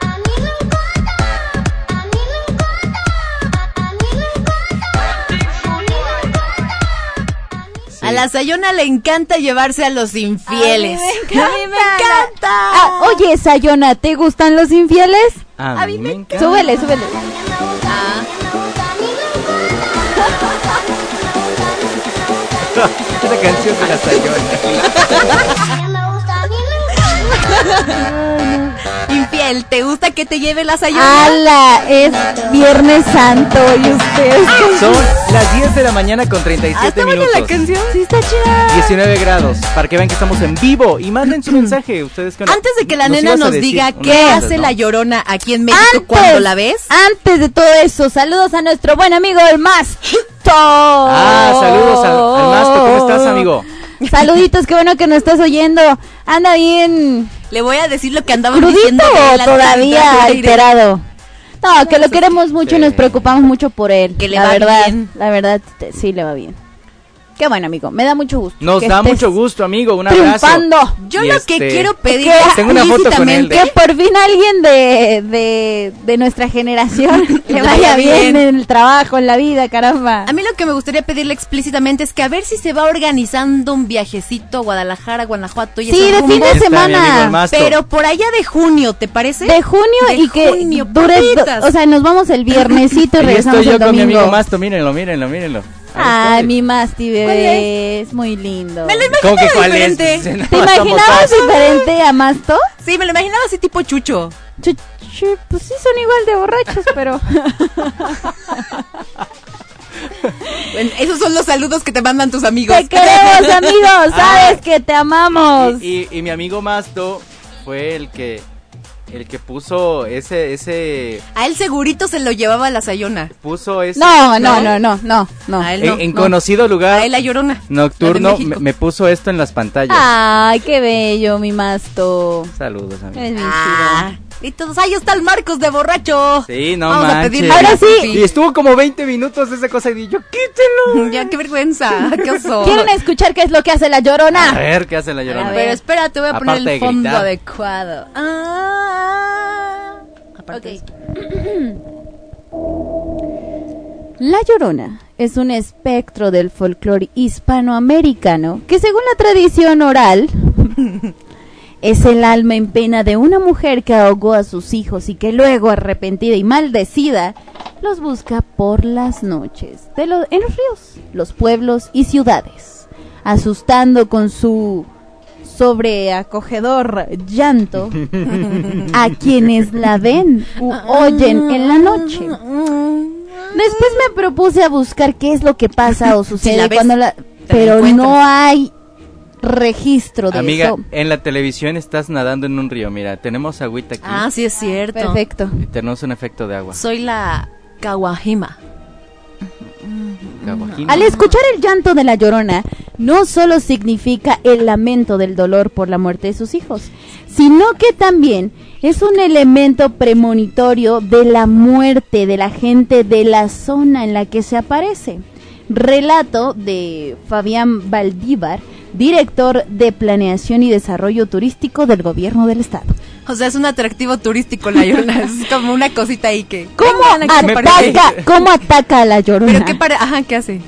Speaker 8: A mí no me encanta. A mí no me encanta. A mí no me encanta. A mí no me encanta.
Speaker 5: A la Sayona le encanta llevarse a los infieles.
Speaker 6: A mí me encanta. Ah, oye, Sayona, ¿te gustan los infieles?
Speaker 1: A mí me encanta.
Speaker 6: Súbele, súbele.
Speaker 1: Esta canción de la Sayona.
Speaker 8: A mí no me gusta, a mí no me encanta.
Speaker 5: Infiel, ¿te gusta que te lleve la
Speaker 6: Ah,
Speaker 5: Sayona?
Speaker 6: ¡Hala! Es Viernes Santo y ustedes.
Speaker 1: Son las 10 de la mañana con
Speaker 5: Ah,
Speaker 1: 37
Speaker 5: está buena la
Speaker 1: minutos.
Speaker 5: canción.
Speaker 6: Sí, está chida.
Speaker 1: 19 grados. Para que vean que estamos en vivo y manden su mensaje. Ustedes que
Speaker 5: Antes de que la nena
Speaker 1: ibas a
Speaker 5: nos
Speaker 1: decir
Speaker 5: diga
Speaker 1: unas
Speaker 5: qué
Speaker 1: cosas,
Speaker 5: hace
Speaker 1: ¿no?
Speaker 5: la llorona aquí en México cuando la ves.
Speaker 6: Antes de todo eso, saludos a nuestro buen amigo el Mastito.
Speaker 1: Ah, saludos al, al Masto. ¿Cómo estás, amigo?
Speaker 6: Saluditos, qué bueno que nos estás oyendo. Anda bien
Speaker 5: Le voy a decir lo que andaba diciendo.
Speaker 6: crudito
Speaker 5: de
Speaker 6: o
Speaker 5: la
Speaker 6: todavía
Speaker 5: tanta aire.
Speaker 6: alterado. No, que lo queremos mucho y nos
Speaker 1: Sí.
Speaker 6: preocupamos mucho por él.
Speaker 5: Que le
Speaker 6: la
Speaker 5: va
Speaker 6: verdad,
Speaker 5: bien.
Speaker 6: la verdad, te- sí le va bien. Qué bueno, amigo. Me da mucho gusto.
Speaker 1: Nos
Speaker 6: que
Speaker 1: da
Speaker 6: estés
Speaker 1: mucho gusto, amigo. Un abrazo.
Speaker 6: Triunfando.
Speaker 5: Yo
Speaker 1: Y
Speaker 5: lo
Speaker 1: este-
Speaker 5: que quiero pedir
Speaker 6: Que
Speaker 1: Tengo una foto con él, de
Speaker 6: Que por fin alguien de, de, de nuestra generación le vaya bien en el trabajo, en la vida, caramba.
Speaker 5: A mí lo que me gustaría pedirle explícitamente es que a ver si se va organizando un viajecito a Guadalajara, Guanajuato y
Speaker 6: Sí,
Speaker 5: esos
Speaker 6: de
Speaker 5: rumbos.
Speaker 6: fin de
Speaker 1: Está mi amigo
Speaker 6: semana.
Speaker 1: el Masto.
Speaker 5: Pero por allá de junio, ¿te parece?
Speaker 6: De junio
Speaker 5: De
Speaker 6: y que
Speaker 5: junio,
Speaker 6: dure. do-
Speaker 5: papitas.
Speaker 6: o sea, nos vamos el viernesito y
Speaker 1: Ahí
Speaker 6: regresamos
Speaker 1: estoy yo
Speaker 6: el
Speaker 1: con mi
Speaker 6: domingo.
Speaker 1: amigo Masto. Mírenlo, mírenlo, mírenlo. Ahí
Speaker 6: Ay,
Speaker 1: estoy.
Speaker 6: mi Masti bebé es muy lindo.
Speaker 5: Me lo
Speaker 1: ¿Cómo que
Speaker 5: imaginaba
Speaker 1: cuál es?
Speaker 5: diferente.
Speaker 1: Dice, no,
Speaker 6: ¿Te
Speaker 1: estamos
Speaker 6: imaginabas
Speaker 1: todos-
Speaker 6: diferente a Masto?
Speaker 5: Sí, me lo imaginaba así tipo chucho.
Speaker 6: Chu- chu- pues sí, son igual de borrachos, pero.
Speaker 5: Bueno, esos son los saludos que te mandan tus amigos.
Speaker 6: ¡Te queremos, amigos! ¡Sabes que te amamos!
Speaker 1: Y, y- y mi amigo Masto fue el que el que puso ese ese
Speaker 5: A él segurito se lo llevaba la sayona.
Speaker 1: puso ese
Speaker 6: No, no, no, no, no, no.
Speaker 5: A él
Speaker 1: en,
Speaker 5: no.
Speaker 1: en
Speaker 5: no.
Speaker 1: conocido
Speaker 5: A
Speaker 1: lugar
Speaker 5: él la llorona. La
Speaker 1: nocturno
Speaker 5: de México.
Speaker 1: me, me puso esto en las pantallas.
Speaker 6: Ay, qué bello, mi masto.
Speaker 1: Saludos,
Speaker 6: Eres bien
Speaker 1: amigo.
Speaker 5: Ah, y todos, ahí está el Marcos de borracho.
Speaker 1: Sí, no
Speaker 5: Vamos a
Speaker 1: manches.
Speaker 5: pedirle-
Speaker 6: Ahora sí.
Speaker 1: Y estuvo como 20 minutos esa cosa y yo, quítenlo.
Speaker 5: Mm, Ya, qué vergüenza. Qué oso.
Speaker 6: chido. ¿Quieren escuchar qué es lo que hace la
Speaker 1: A
Speaker 6: llorona?
Speaker 1: ver qué hace la llorona.
Speaker 5: Pero espérate, voy a
Speaker 1: Aparte
Speaker 5: poner
Speaker 1: de
Speaker 5: el fondo
Speaker 1: gritar.
Speaker 5: adecuado. Ah. Aparte de
Speaker 6: Ok.
Speaker 5: eso.
Speaker 6: La Llorona es un espectro del folclore hispanoamericano que según la tradición oral es el alma en pena de una mujer que ahogó a sus hijos y que luego arrepentida y maldecida los busca por las noches de lo- en los ríos, los pueblos y ciudades, asustando con su sobreacogedor llanto a quienes la ven u oyen en la noche. Después me propuse a buscar qué es lo que pasa o sucede
Speaker 5: la ves,
Speaker 6: cuando la...
Speaker 5: la
Speaker 6: Pero
Speaker 5: encuentras.
Speaker 6: no hay registro de
Speaker 1: Amiga,
Speaker 6: eso.
Speaker 1: en la televisión estás nadando en un río. Mira, tenemos agüita aquí.
Speaker 5: Ah, sí, es cierto.
Speaker 6: Perfecto.
Speaker 1: Y tenemos un efecto de agua.
Speaker 5: Soy la Kawajima.
Speaker 1: Caguajina.
Speaker 6: Al escuchar el llanto de la llorona, no solo significa el lamento del dolor por la muerte de sus hijos, sino que también es un elemento premonitorio de la muerte de la gente de la zona en la que se aparece. Relato de Fabián Valdívar, director de Planeación y Desarrollo Turístico del Gobierno del Estado.
Speaker 5: O sea, es un atractivo turístico la llorona. es como una cosita ahí que.
Speaker 6: ¿Cómo
Speaker 5: Vengan aquí a partir.
Speaker 6: ataca, ¿Cómo ataca a la llorona?
Speaker 5: Pero qué para. Ajá, ¿qué hace?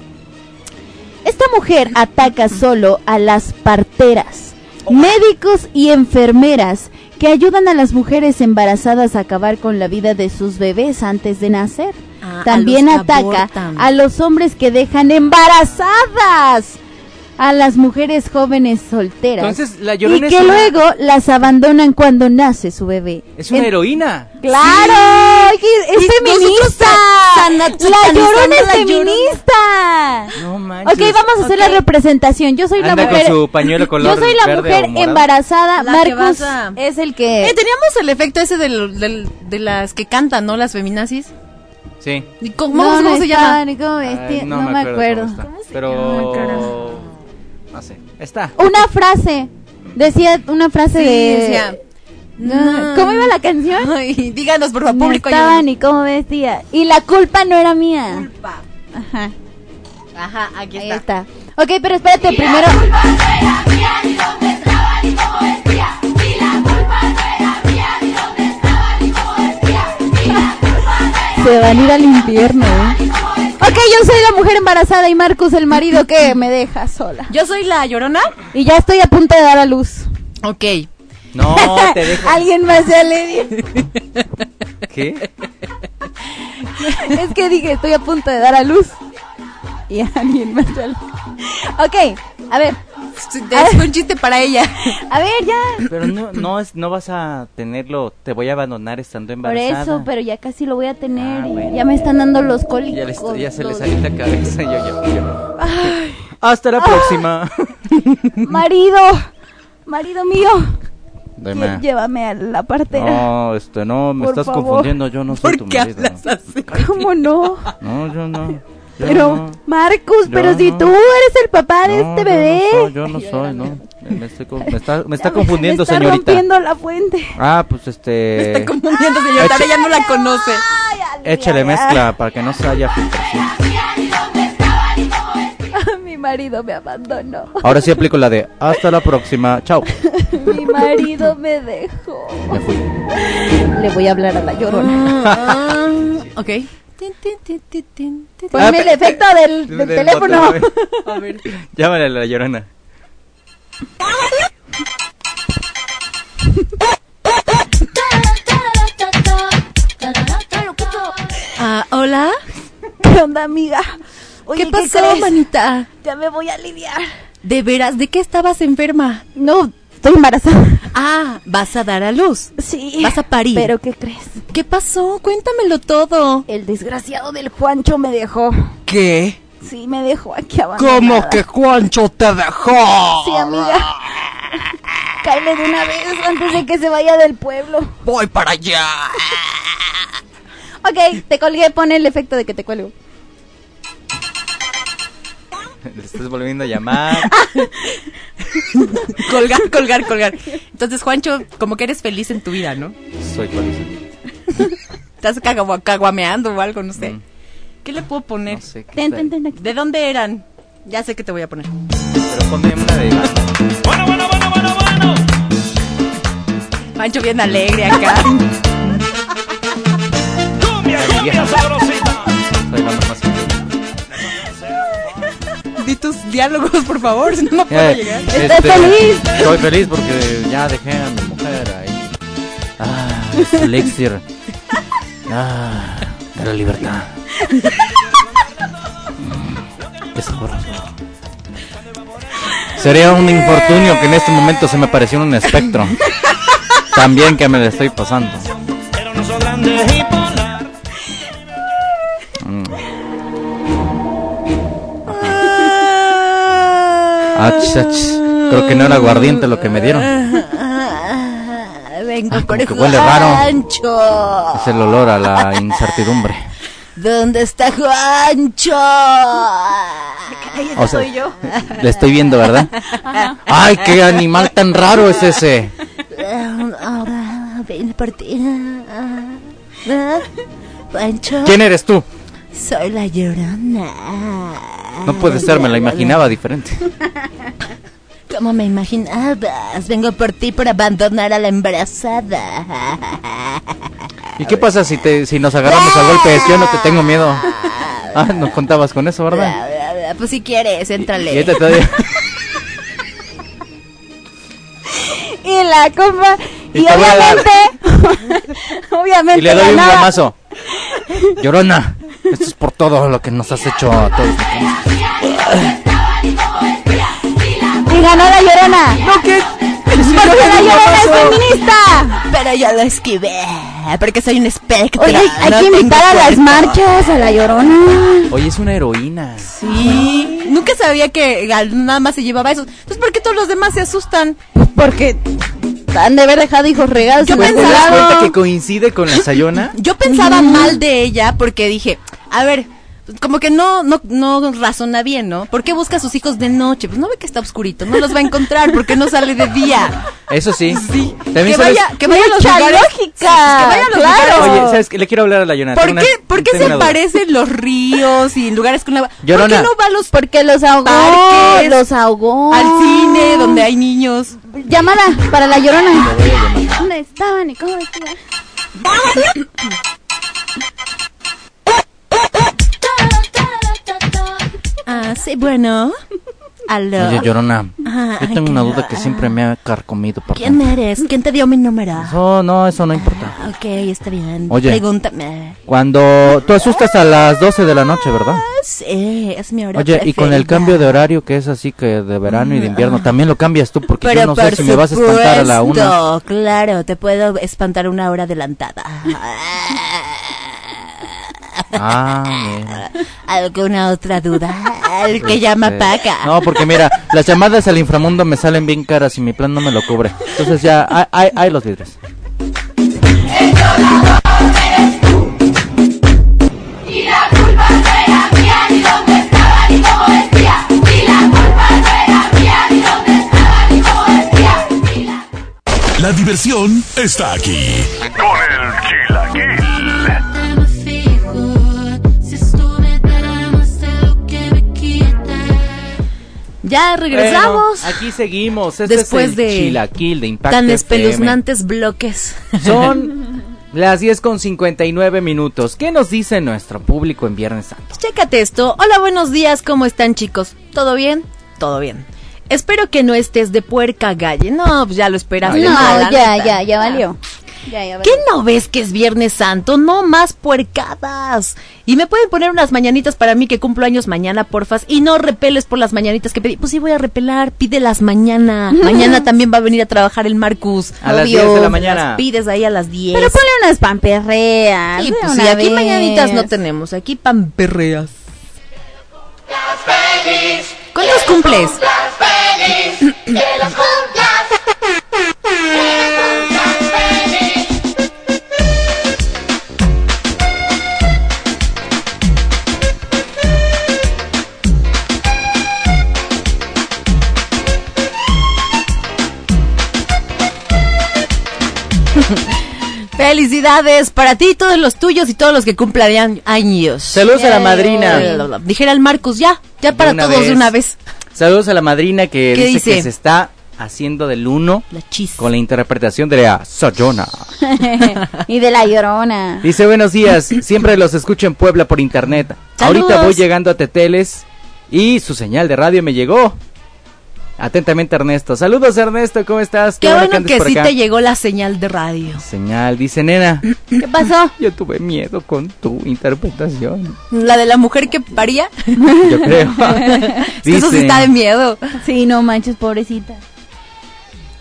Speaker 6: Esta mujer ataca solo a las parteras, médicos y enfermeras que ayudan a las mujeres embarazadas a acabar con la vida de sus bebés antes de nacer.
Speaker 5: Ah, a
Speaker 6: También
Speaker 5: los que
Speaker 6: ataca
Speaker 5: abortan.
Speaker 6: a los hombres que dejan embarazadas a las mujeres jóvenes solteras
Speaker 1: Entonces, la
Speaker 6: y
Speaker 1: llorona es
Speaker 6: que
Speaker 1: una-
Speaker 6: luego las abandonan cuando nace su bebé.
Speaker 1: Es una
Speaker 6: En-
Speaker 1: heroína.
Speaker 6: ¡Claro! oye, ¡Es
Speaker 5: Y nosotros
Speaker 6: feminista!
Speaker 5: san- sana-
Speaker 6: ¡La
Speaker 5: satanizando
Speaker 6: llorona es
Speaker 5: a la Llorona.
Speaker 6: feminista!
Speaker 1: No manches.
Speaker 6: Ok, vamos a hacer la representación. Yo soy la
Speaker 1: Anda con
Speaker 6: mujer.
Speaker 1: su pañuelo color
Speaker 6: yo soy la
Speaker 1: verde
Speaker 6: mujer
Speaker 1: o morado.
Speaker 6: embarazada.
Speaker 5: La que
Speaker 6: Marcus
Speaker 5: vas a-
Speaker 6: es el que.
Speaker 5: Eh, teníamos el efecto ese del- del- de las que cantan, ¿no? Las feminazis.
Speaker 1: Sí.
Speaker 5: ¿Y cómo,
Speaker 6: No,
Speaker 5: cómo
Speaker 6: no
Speaker 5: se
Speaker 6: está,
Speaker 5: llama?
Speaker 6: ni cómo es,
Speaker 1: Ay,
Speaker 6: tío, este, no, me acuerdo.
Speaker 1: cómo está, Pero. No sé. Está.
Speaker 6: Una frase. Decía una frase
Speaker 5: Sí,
Speaker 6: de.
Speaker 5: decía,
Speaker 6: No, ¿Cómo iba la canción?
Speaker 5: Ay, díganos, por favor,
Speaker 6: No
Speaker 5: público.
Speaker 6: estaba
Speaker 5: ayúdenos.
Speaker 6: ni cómo vestía. Y la culpa no era mía. Ajá.
Speaker 5: Ajá, aquí
Speaker 6: Ahí
Speaker 5: está.
Speaker 6: está. Ok, pero espérate, primero. Se van a ir al infierno, ¿eh? Ok, yo soy la mujer embarazada y Marcus el marido que me deja sola.
Speaker 5: Yo soy la llorona.
Speaker 6: Y ya estoy a punto de dar a luz.
Speaker 5: Ok.
Speaker 1: No, te dejo.
Speaker 6: Alguien más ya le dio.
Speaker 1: ¿Qué?
Speaker 6: Es que dije, estoy a punto de dar a luz. Y a alguien más ya le Ok, a ver,
Speaker 5: Es un chiste para ella.
Speaker 6: a ver ya.
Speaker 1: Pero no, no, es, no vas a tenerlo. Te voy a abandonar estando
Speaker 6: Por
Speaker 1: embarazada.
Speaker 6: eso, pero ya casi lo voy a tener.
Speaker 1: Ah,
Speaker 6: y
Speaker 1: bueno.
Speaker 6: Ya me están dando los cólicos.
Speaker 1: Ya, les- ya se les
Speaker 6: los-
Speaker 1: salió la cabeza. Yo, yo, yo. Hasta la próxima.
Speaker 6: Marido, marido mío,
Speaker 1: Deme.
Speaker 6: lle- llévame a la partera.
Speaker 1: No, este, no, me
Speaker 6: Por
Speaker 1: estás
Speaker 6: favor.
Speaker 1: confundiendo. Yo no soy
Speaker 5: ¿Por
Speaker 1: tu
Speaker 5: qué
Speaker 1: marido.
Speaker 5: hablas así?
Speaker 6: ¿Cómo no?
Speaker 1: No, yo no. Yo
Speaker 6: Pero,
Speaker 1: no.
Speaker 6: Marcus,
Speaker 1: Yo
Speaker 6: pero si
Speaker 1: no.
Speaker 6: tú eres el papá de
Speaker 1: No,
Speaker 6: este bebé.
Speaker 1: Yo no soy, yo no soy, no. Me, estoy con- me está, me está
Speaker 6: Ya
Speaker 1: confundiendo,
Speaker 6: me está
Speaker 1: señorita.
Speaker 6: rompiendo la fuente.
Speaker 1: Ah, pues este.
Speaker 5: Está confundiendo, señor. Ahora ella no la conoce.
Speaker 6: Ay, alegría.
Speaker 1: Échale mezcla para que no se haya filtro.
Speaker 6: Mi marido me abandonó.
Speaker 1: Ahora sí aplico la de hasta la próxima, chao.
Speaker 6: Mi marido me dejó.
Speaker 1: Me fui. Ah,
Speaker 6: Le voy a hablar a la llorona.
Speaker 5: ok.
Speaker 6: Ponme el efecto del, del teléfono.
Speaker 5: A ver.
Speaker 1: Llámale a la llorona.
Speaker 5: Ah, hola.
Speaker 6: ¿Qué onda, amiga? Oye,
Speaker 5: ¿Qué pasó,
Speaker 6: crees?
Speaker 5: manita?
Speaker 6: Ya me voy a aliviar.
Speaker 5: ¿De veras? ¿De qué estabas enferma?
Speaker 6: No, estoy embarazada.
Speaker 5: Ah, vas a dar a luz.
Speaker 6: Sí.
Speaker 5: Vas a parir.
Speaker 6: ¿Pero qué crees?
Speaker 5: ¿Qué pasó? Cuéntamelo todo.
Speaker 6: El desgraciado del Juancho me dejó.
Speaker 1: ¿Qué?
Speaker 6: Sí, me dejó aquí abajo.
Speaker 1: ¿Cómo que Juancho te dejó?
Speaker 6: Sí, amiga. Cáele de una vez antes de que se vaya del pueblo.
Speaker 1: Voy para allá.
Speaker 6: Ok, te colgué, pon el efecto de que te cuelgo.
Speaker 1: Le estás volviendo a llamar.
Speaker 5: Colgar, colgar, colgar. Entonces, Juancho, como que eres feliz en tu vida, ¿no?
Speaker 1: Soy feliz.
Speaker 5: Estás cagu- caguameando o algo, no sé. ¿Qué le puedo poner?
Speaker 1: No sé qué
Speaker 9: Ten,
Speaker 1: está
Speaker 9: ten,
Speaker 1: ahí.
Speaker 9: ten, aquí.
Speaker 5: ¿De dónde eran? Ya sé que te voy a poner.
Speaker 1: Pero ponme una de Iván.
Speaker 5: Juancho bien alegre acá.
Speaker 1: La vieja. Soy la mamá más feliz.
Speaker 5: Di tus diálogos, por favor, si no, no puedo
Speaker 1: Eh,
Speaker 5: llegar.
Speaker 9: Estás feliz.
Speaker 1: Soy feliz porque ya dejé a mi mujer ahí. Ah, es elixir. Ah, de la libertad. Qué Mm, sabroso. Sería un infortunio que en este momento se me apareció un espectro. También que me lo estoy pasando. Mm. Ach, ach. Ah, Creo que no era aguardiente lo que me dieron.
Speaker 5: Ah, vengo
Speaker 1: Ah,
Speaker 5: por
Speaker 1: como que huele raro.
Speaker 5: Juancho.
Speaker 1: Es el olor a la incertidumbre.
Speaker 5: ¿Dónde está Juancho?
Speaker 1: O sea, Le estoy viendo, ¿verdad? Ay, qué animal tan raro es ese.
Speaker 6: Ahora, ven por ti. Ah, Pancho,
Speaker 1: ¿Quién eres tú?
Speaker 6: soy la llorona.
Speaker 1: No puede ser, me la imaginaba diferente.
Speaker 6: Como me imaginabas, vengo por ti por abandonar a la
Speaker 5: Ah,
Speaker 6: embarazada.
Speaker 1: ¿Y qué pasa si te si nos agarramos a golpes? Yo no te tengo miedo. Ah, no contabas con eso, ¿verdad?
Speaker 5: Pues si quieres,
Speaker 1: Y
Speaker 5: éntrale.
Speaker 1: ahorita todavía-
Speaker 6: Y la compa,
Speaker 1: Y
Speaker 6: y,
Speaker 1: te voy a dar.
Speaker 6: obviamente, obviamente
Speaker 1: y le doy un
Speaker 6: ganaba.
Speaker 1: llamazo. Llorona, esto es por todo lo que nos has hecho a todos.
Speaker 6: Y ganó la llorona. No, que. Porque la llorona es feminista.
Speaker 5: Pero yo lo esquivé, porque soy un espectro.
Speaker 6: Oye, hay
Speaker 5: no
Speaker 6: que
Speaker 5: tengo
Speaker 6: invitar a las
Speaker 5: cuerpo.
Speaker 6: marchas, a la llorona.
Speaker 1: Oye, es una heroína.
Speaker 5: Sí, nunca sabía que Gal nada más se llevaba eso. Entonces, ¿por qué todos los demás se asustan?
Speaker 6: Porque han de haber dejado hijos regados.
Speaker 5: Yo
Speaker 6: en algún
Speaker 1: ¿Te das
Speaker 5: Claro.
Speaker 6: lado.
Speaker 1: cuenta que coincide con la Sayona?
Speaker 5: Yo pensaba mal de ella porque dije, a ver, como que no, no, no razona bien, ¿no? ¿Por qué busca a sus hijos de noche? Pues no ve que está oscurito, no los va a encontrar porque no sale de día.
Speaker 1: Eso sí.
Speaker 5: Sí.
Speaker 1: También
Speaker 5: que
Speaker 1: sabes-
Speaker 5: vaya, que vaya a los
Speaker 6: Mucha
Speaker 5: lugares.
Speaker 6: lógica,
Speaker 5: que vaya a los
Speaker 6: claro.
Speaker 5: lugares.
Speaker 1: Oye, ¿sabes qué? Le quiero hablar a la Llorona.
Speaker 5: ¿Por
Speaker 1: Tengo
Speaker 5: qué,
Speaker 1: una-
Speaker 5: ¿por qué
Speaker 1: tengo
Speaker 5: se
Speaker 1: una duda.
Speaker 5: parecen los ríos y en lugares con agua? ¿Por
Speaker 1: Llorona.
Speaker 5: qué no va a los
Speaker 6: Porque los ahogó.
Speaker 5: Parques.
Speaker 6: Los ahogó.
Speaker 5: al cine donde hay niños?
Speaker 6: Llamada para la llorona. ¿Dónde estaban y cómo estaban?
Speaker 5: Ah, sí, bueno. Aló.
Speaker 1: Oye, Llorona, yo tengo una duda que
Speaker 5: claro.
Speaker 1: siempre me ha carcomido. por
Speaker 5: ¿Quién
Speaker 1: dentro.
Speaker 5: eres? ¿Quién te dio mi número?
Speaker 1: Eso no, eso no importa.
Speaker 5: Ok, está bien.
Speaker 1: Oye.
Speaker 5: Pregúntame.
Speaker 1: Cuando tú asustas a las 12 de la noche, ¿verdad?
Speaker 5: Ah, Sí, es mi hora
Speaker 1: Oye, y con el
Speaker 5: preferida.
Speaker 1: cambio de horario que es así que de verano y de invierno, también lo cambias tú porque
Speaker 5: Pero
Speaker 1: yo no
Speaker 5: por
Speaker 1: sé si me vas a espantar a la una.
Speaker 5: supuesto, claro, te puedo espantar una hora adelantada.
Speaker 1: Ah, mira.
Speaker 5: ¿Alguna otra duda? El que llama
Speaker 1: Eh,
Speaker 5: Paca.
Speaker 1: No, porque mira, las llamadas al inframundo me salen bien caras y mi plan no me lo cubre. Entonces ya, hay, hay, hay los vidrios.
Speaker 8: La diversión está aquí.
Speaker 10: Con el chilaquil.
Speaker 5: ya regresamos.
Speaker 1: Bueno, aquí seguimos. Este
Speaker 5: Después
Speaker 1: es el
Speaker 5: de
Speaker 1: chilaquil de impacto.
Speaker 5: Tan
Speaker 1: FM.
Speaker 5: espeluznantes bloques.
Speaker 1: Son las 10 con 59 minutos. ¿Qué nos dice nuestro público en Viernes Santo?
Speaker 5: Chécate esto. Hola, buenos días, ¿cómo están chicos? ¿Todo bien? Todo bien. Espero que no estés de puerca galle. No, pues ya lo esperaste.
Speaker 6: No,
Speaker 5: mal, la
Speaker 6: ya,
Speaker 5: neta.
Speaker 6: ya, ya valió. Ya, ya
Speaker 5: ¿Qué no ves que es Viernes Santo? No más puercadas. Y me pueden poner unas mañanitas para mí que cumplo años mañana, porfas. Y no repeles por las mañanitas que pedí. Pues sí, voy a repelar. Pídelas mañana. mañana también va a venir a trabajar el Marcus.
Speaker 1: A las
Speaker 5: Obvio,
Speaker 1: 10 de la mañana.
Speaker 5: Las pides ahí a las 10.
Speaker 6: Pero ponle unas pamperreas.
Speaker 5: Sí,
Speaker 6: de
Speaker 5: pues sí,
Speaker 6: una
Speaker 5: aquí
Speaker 6: vez.
Speaker 5: mañanitas no tenemos. Aquí pamperreas. ¿Cuántos cumples? Felicidades para ti, todos los tuyos y todos los que cumplan de año- años.
Speaker 1: Saludos a la madrina.
Speaker 5: Dijera el Marcus, ya, ya para
Speaker 1: una
Speaker 5: todos de
Speaker 1: vez.
Speaker 5: una vez.
Speaker 1: Saludos a la madrina que
Speaker 5: ¿Qué
Speaker 1: dice,
Speaker 5: dice?
Speaker 1: que se está haciendo del uno
Speaker 5: La chis.
Speaker 1: con la interpretación de la Sayona.
Speaker 6: y de la llorona.
Speaker 1: Dice, buenos días, siempre los escucho en Puebla por internet.
Speaker 5: Saludos.
Speaker 1: Ahorita voy llegando a Teteles y su señal de radio me llegó. Atentamente Ernesto. Saludos Ernesto, ¿cómo estás?
Speaker 5: Qué, bueno
Speaker 1: andes
Speaker 5: que
Speaker 1: por
Speaker 5: sí
Speaker 1: acá.
Speaker 5: te llegó la señal de radio.
Speaker 1: Señal, dice nena.
Speaker 6: ¿Qué pasó?
Speaker 1: Yo tuve miedo con tu interpretación.
Speaker 5: La de la mujer que paría.
Speaker 1: Yo creo.
Speaker 5: Es que Eso sí está de miedo.
Speaker 6: Sí, no manches, pobrecita.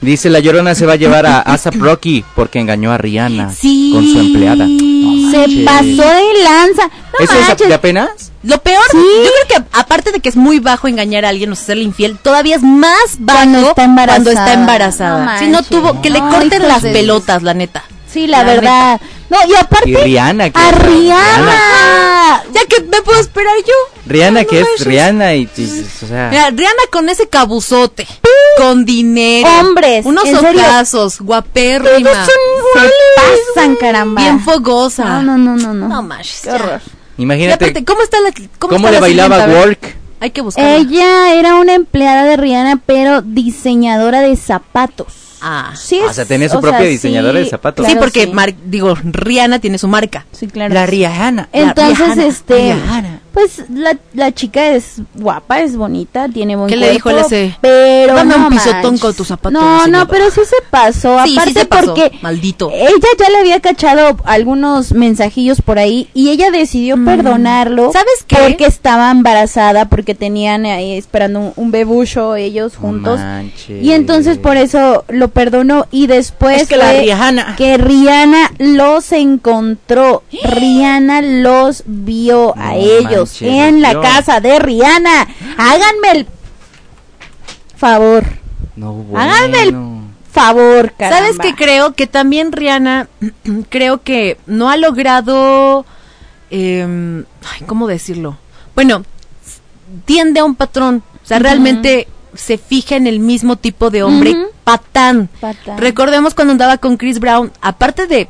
Speaker 1: Dice la llorona se va a llevar a ASAP Rocky porque engañó a Rihanna
Speaker 6: Sí.
Speaker 1: con su empleada. No
Speaker 6: Se
Speaker 1: manches.
Speaker 6: pasó de lanza. No
Speaker 1: ¿Eso es
Speaker 6: manches.
Speaker 1: de apenas?
Speaker 5: Lo peor, yo creo que aparte de que es muy bajo engañar a alguien o serle infiel, todavía es más bajo
Speaker 6: Cuando está embarazada.
Speaker 5: cuando está embarazada.
Speaker 6: No
Speaker 5: si no
Speaker 6: manches.
Speaker 5: tuvo, que le
Speaker 6: Ay,
Speaker 5: corten
Speaker 6: hijos
Speaker 5: las
Speaker 6: de-
Speaker 5: pelotas, la neta.
Speaker 6: Sí,
Speaker 5: La
Speaker 6: la, verdad. No, y aparte.
Speaker 1: Y Rihanna, que
Speaker 6: ¡A
Speaker 1: es-
Speaker 6: Rihanna!
Speaker 5: Ya que me puedo esperar yo.
Speaker 1: Rihanna
Speaker 5: No,
Speaker 1: que
Speaker 5: no
Speaker 1: es
Speaker 5: manches.
Speaker 1: Rihanna y, y- o sea,
Speaker 5: Mira, Rihanna con ese cabuzote, con dinero,
Speaker 6: Hombres,
Speaker 5: unos
Speaker 6: en serio.
Speaker 5: ojazos, guapérrima,
Speaker 6: Se pasan, caramba.
Speaker 5: bien fogosa.
Speaker 6: No, no, no, no. no.
Speaker 5: No manches, ya. Y
Speaker 1: imagínate
Speaker 5: aparte, ¿cómo está la cómo,
Speaker 1: cómo
Speaker 5: está
Speaker 1: le
Speaker 5: la
Speaker 1: bailaba
Speaker 5: siguiente? A ver,
Speaker 1: Work.
Speaker 5: Hay que buscarla.
Speaker 6: Ella era una empleada de Rihanna, pero diseñadora de zapatos.
Speaker 5: Ah.
Speaker 6: Sí,
Speaker 1: Ah, o sea, tenía su propia diseñadora de zapatos.
Speaker 5: sí,
Speaker 6: claro,
Speaker 5: porque
Speaker 6: sí.
Speaker 5: mar- digo, Rihanna tiene su marca.
Speaker 6: Sí, claro.
Speaker 5: Rihanna. la
Speaker 6: Entonces,
Speaker 5: Rihanna,
Speaker 6: este,
Speaker 5: Rihanna.
Speaker 6: pues la, la chica es guapa, es bonita, tiene buen
Speaker 5: ¿Qué le dijo el
Speaker 6: cuerpo,
Speaker 5: ese?
Speaker 6: Pero
Speaker 5: Dame un
Speaker 6: no
Speaker 5: pisotón
Speaker 6: manches.
Speaker 5: con tus zapatos,
Speaker 6: No,
Speaker 5: señora.
Speaker 6: no, pero sí se pasó.
Speaker 5: Sí, sí
Speaker 6: Aparte
Speaker 5: se pasó,
Speaker 6: porque
Speaker 5: maldito.
Speaker 6: ella ya le había cachado algunos mensajillos por ahí y ella decidió perdonarlo.
Speaker 5: Mm. ¿Sabes qué?
Speaker 6: Porque estaba embarazada, porque tenían ahí esperando un, un bebucho ellos juntos.
Speaker 1: manches.
Speaker 6: y entonces por eso lo perdonó y después
Speaker 5: Es que la
Speaker 6: fue
Speaker 5: Rihanna.
Speaker 6: que Rihanna los encontró. Rihanna los vio a
Speaker 1: No
Speaker 6: ellos
Speaker 1: manches,
Speaker 6: en la
Speaker 1: Dios.
Speaker 6: casa de Rihanna. Háganme el favor.
Speaker 1: No,
Speaker 6: Háganme el
Speaker 1: bueno.
Speaker 6: favor, caramba.
Speaker 5: ¿Sabes qué creo? Que también Rihanna, creo que no ha logrado, em, ay, ¿cómo decirlo? Bueno, tiende a un patrón. O sea, realmente se fija en el mismo tipo de hombre
Speaker 6: Ujú.
Speaker 5: patán.
Speaker 6: Patán.
Speaker 5: Recordemos cuando andaba con Chris Brown, aparte de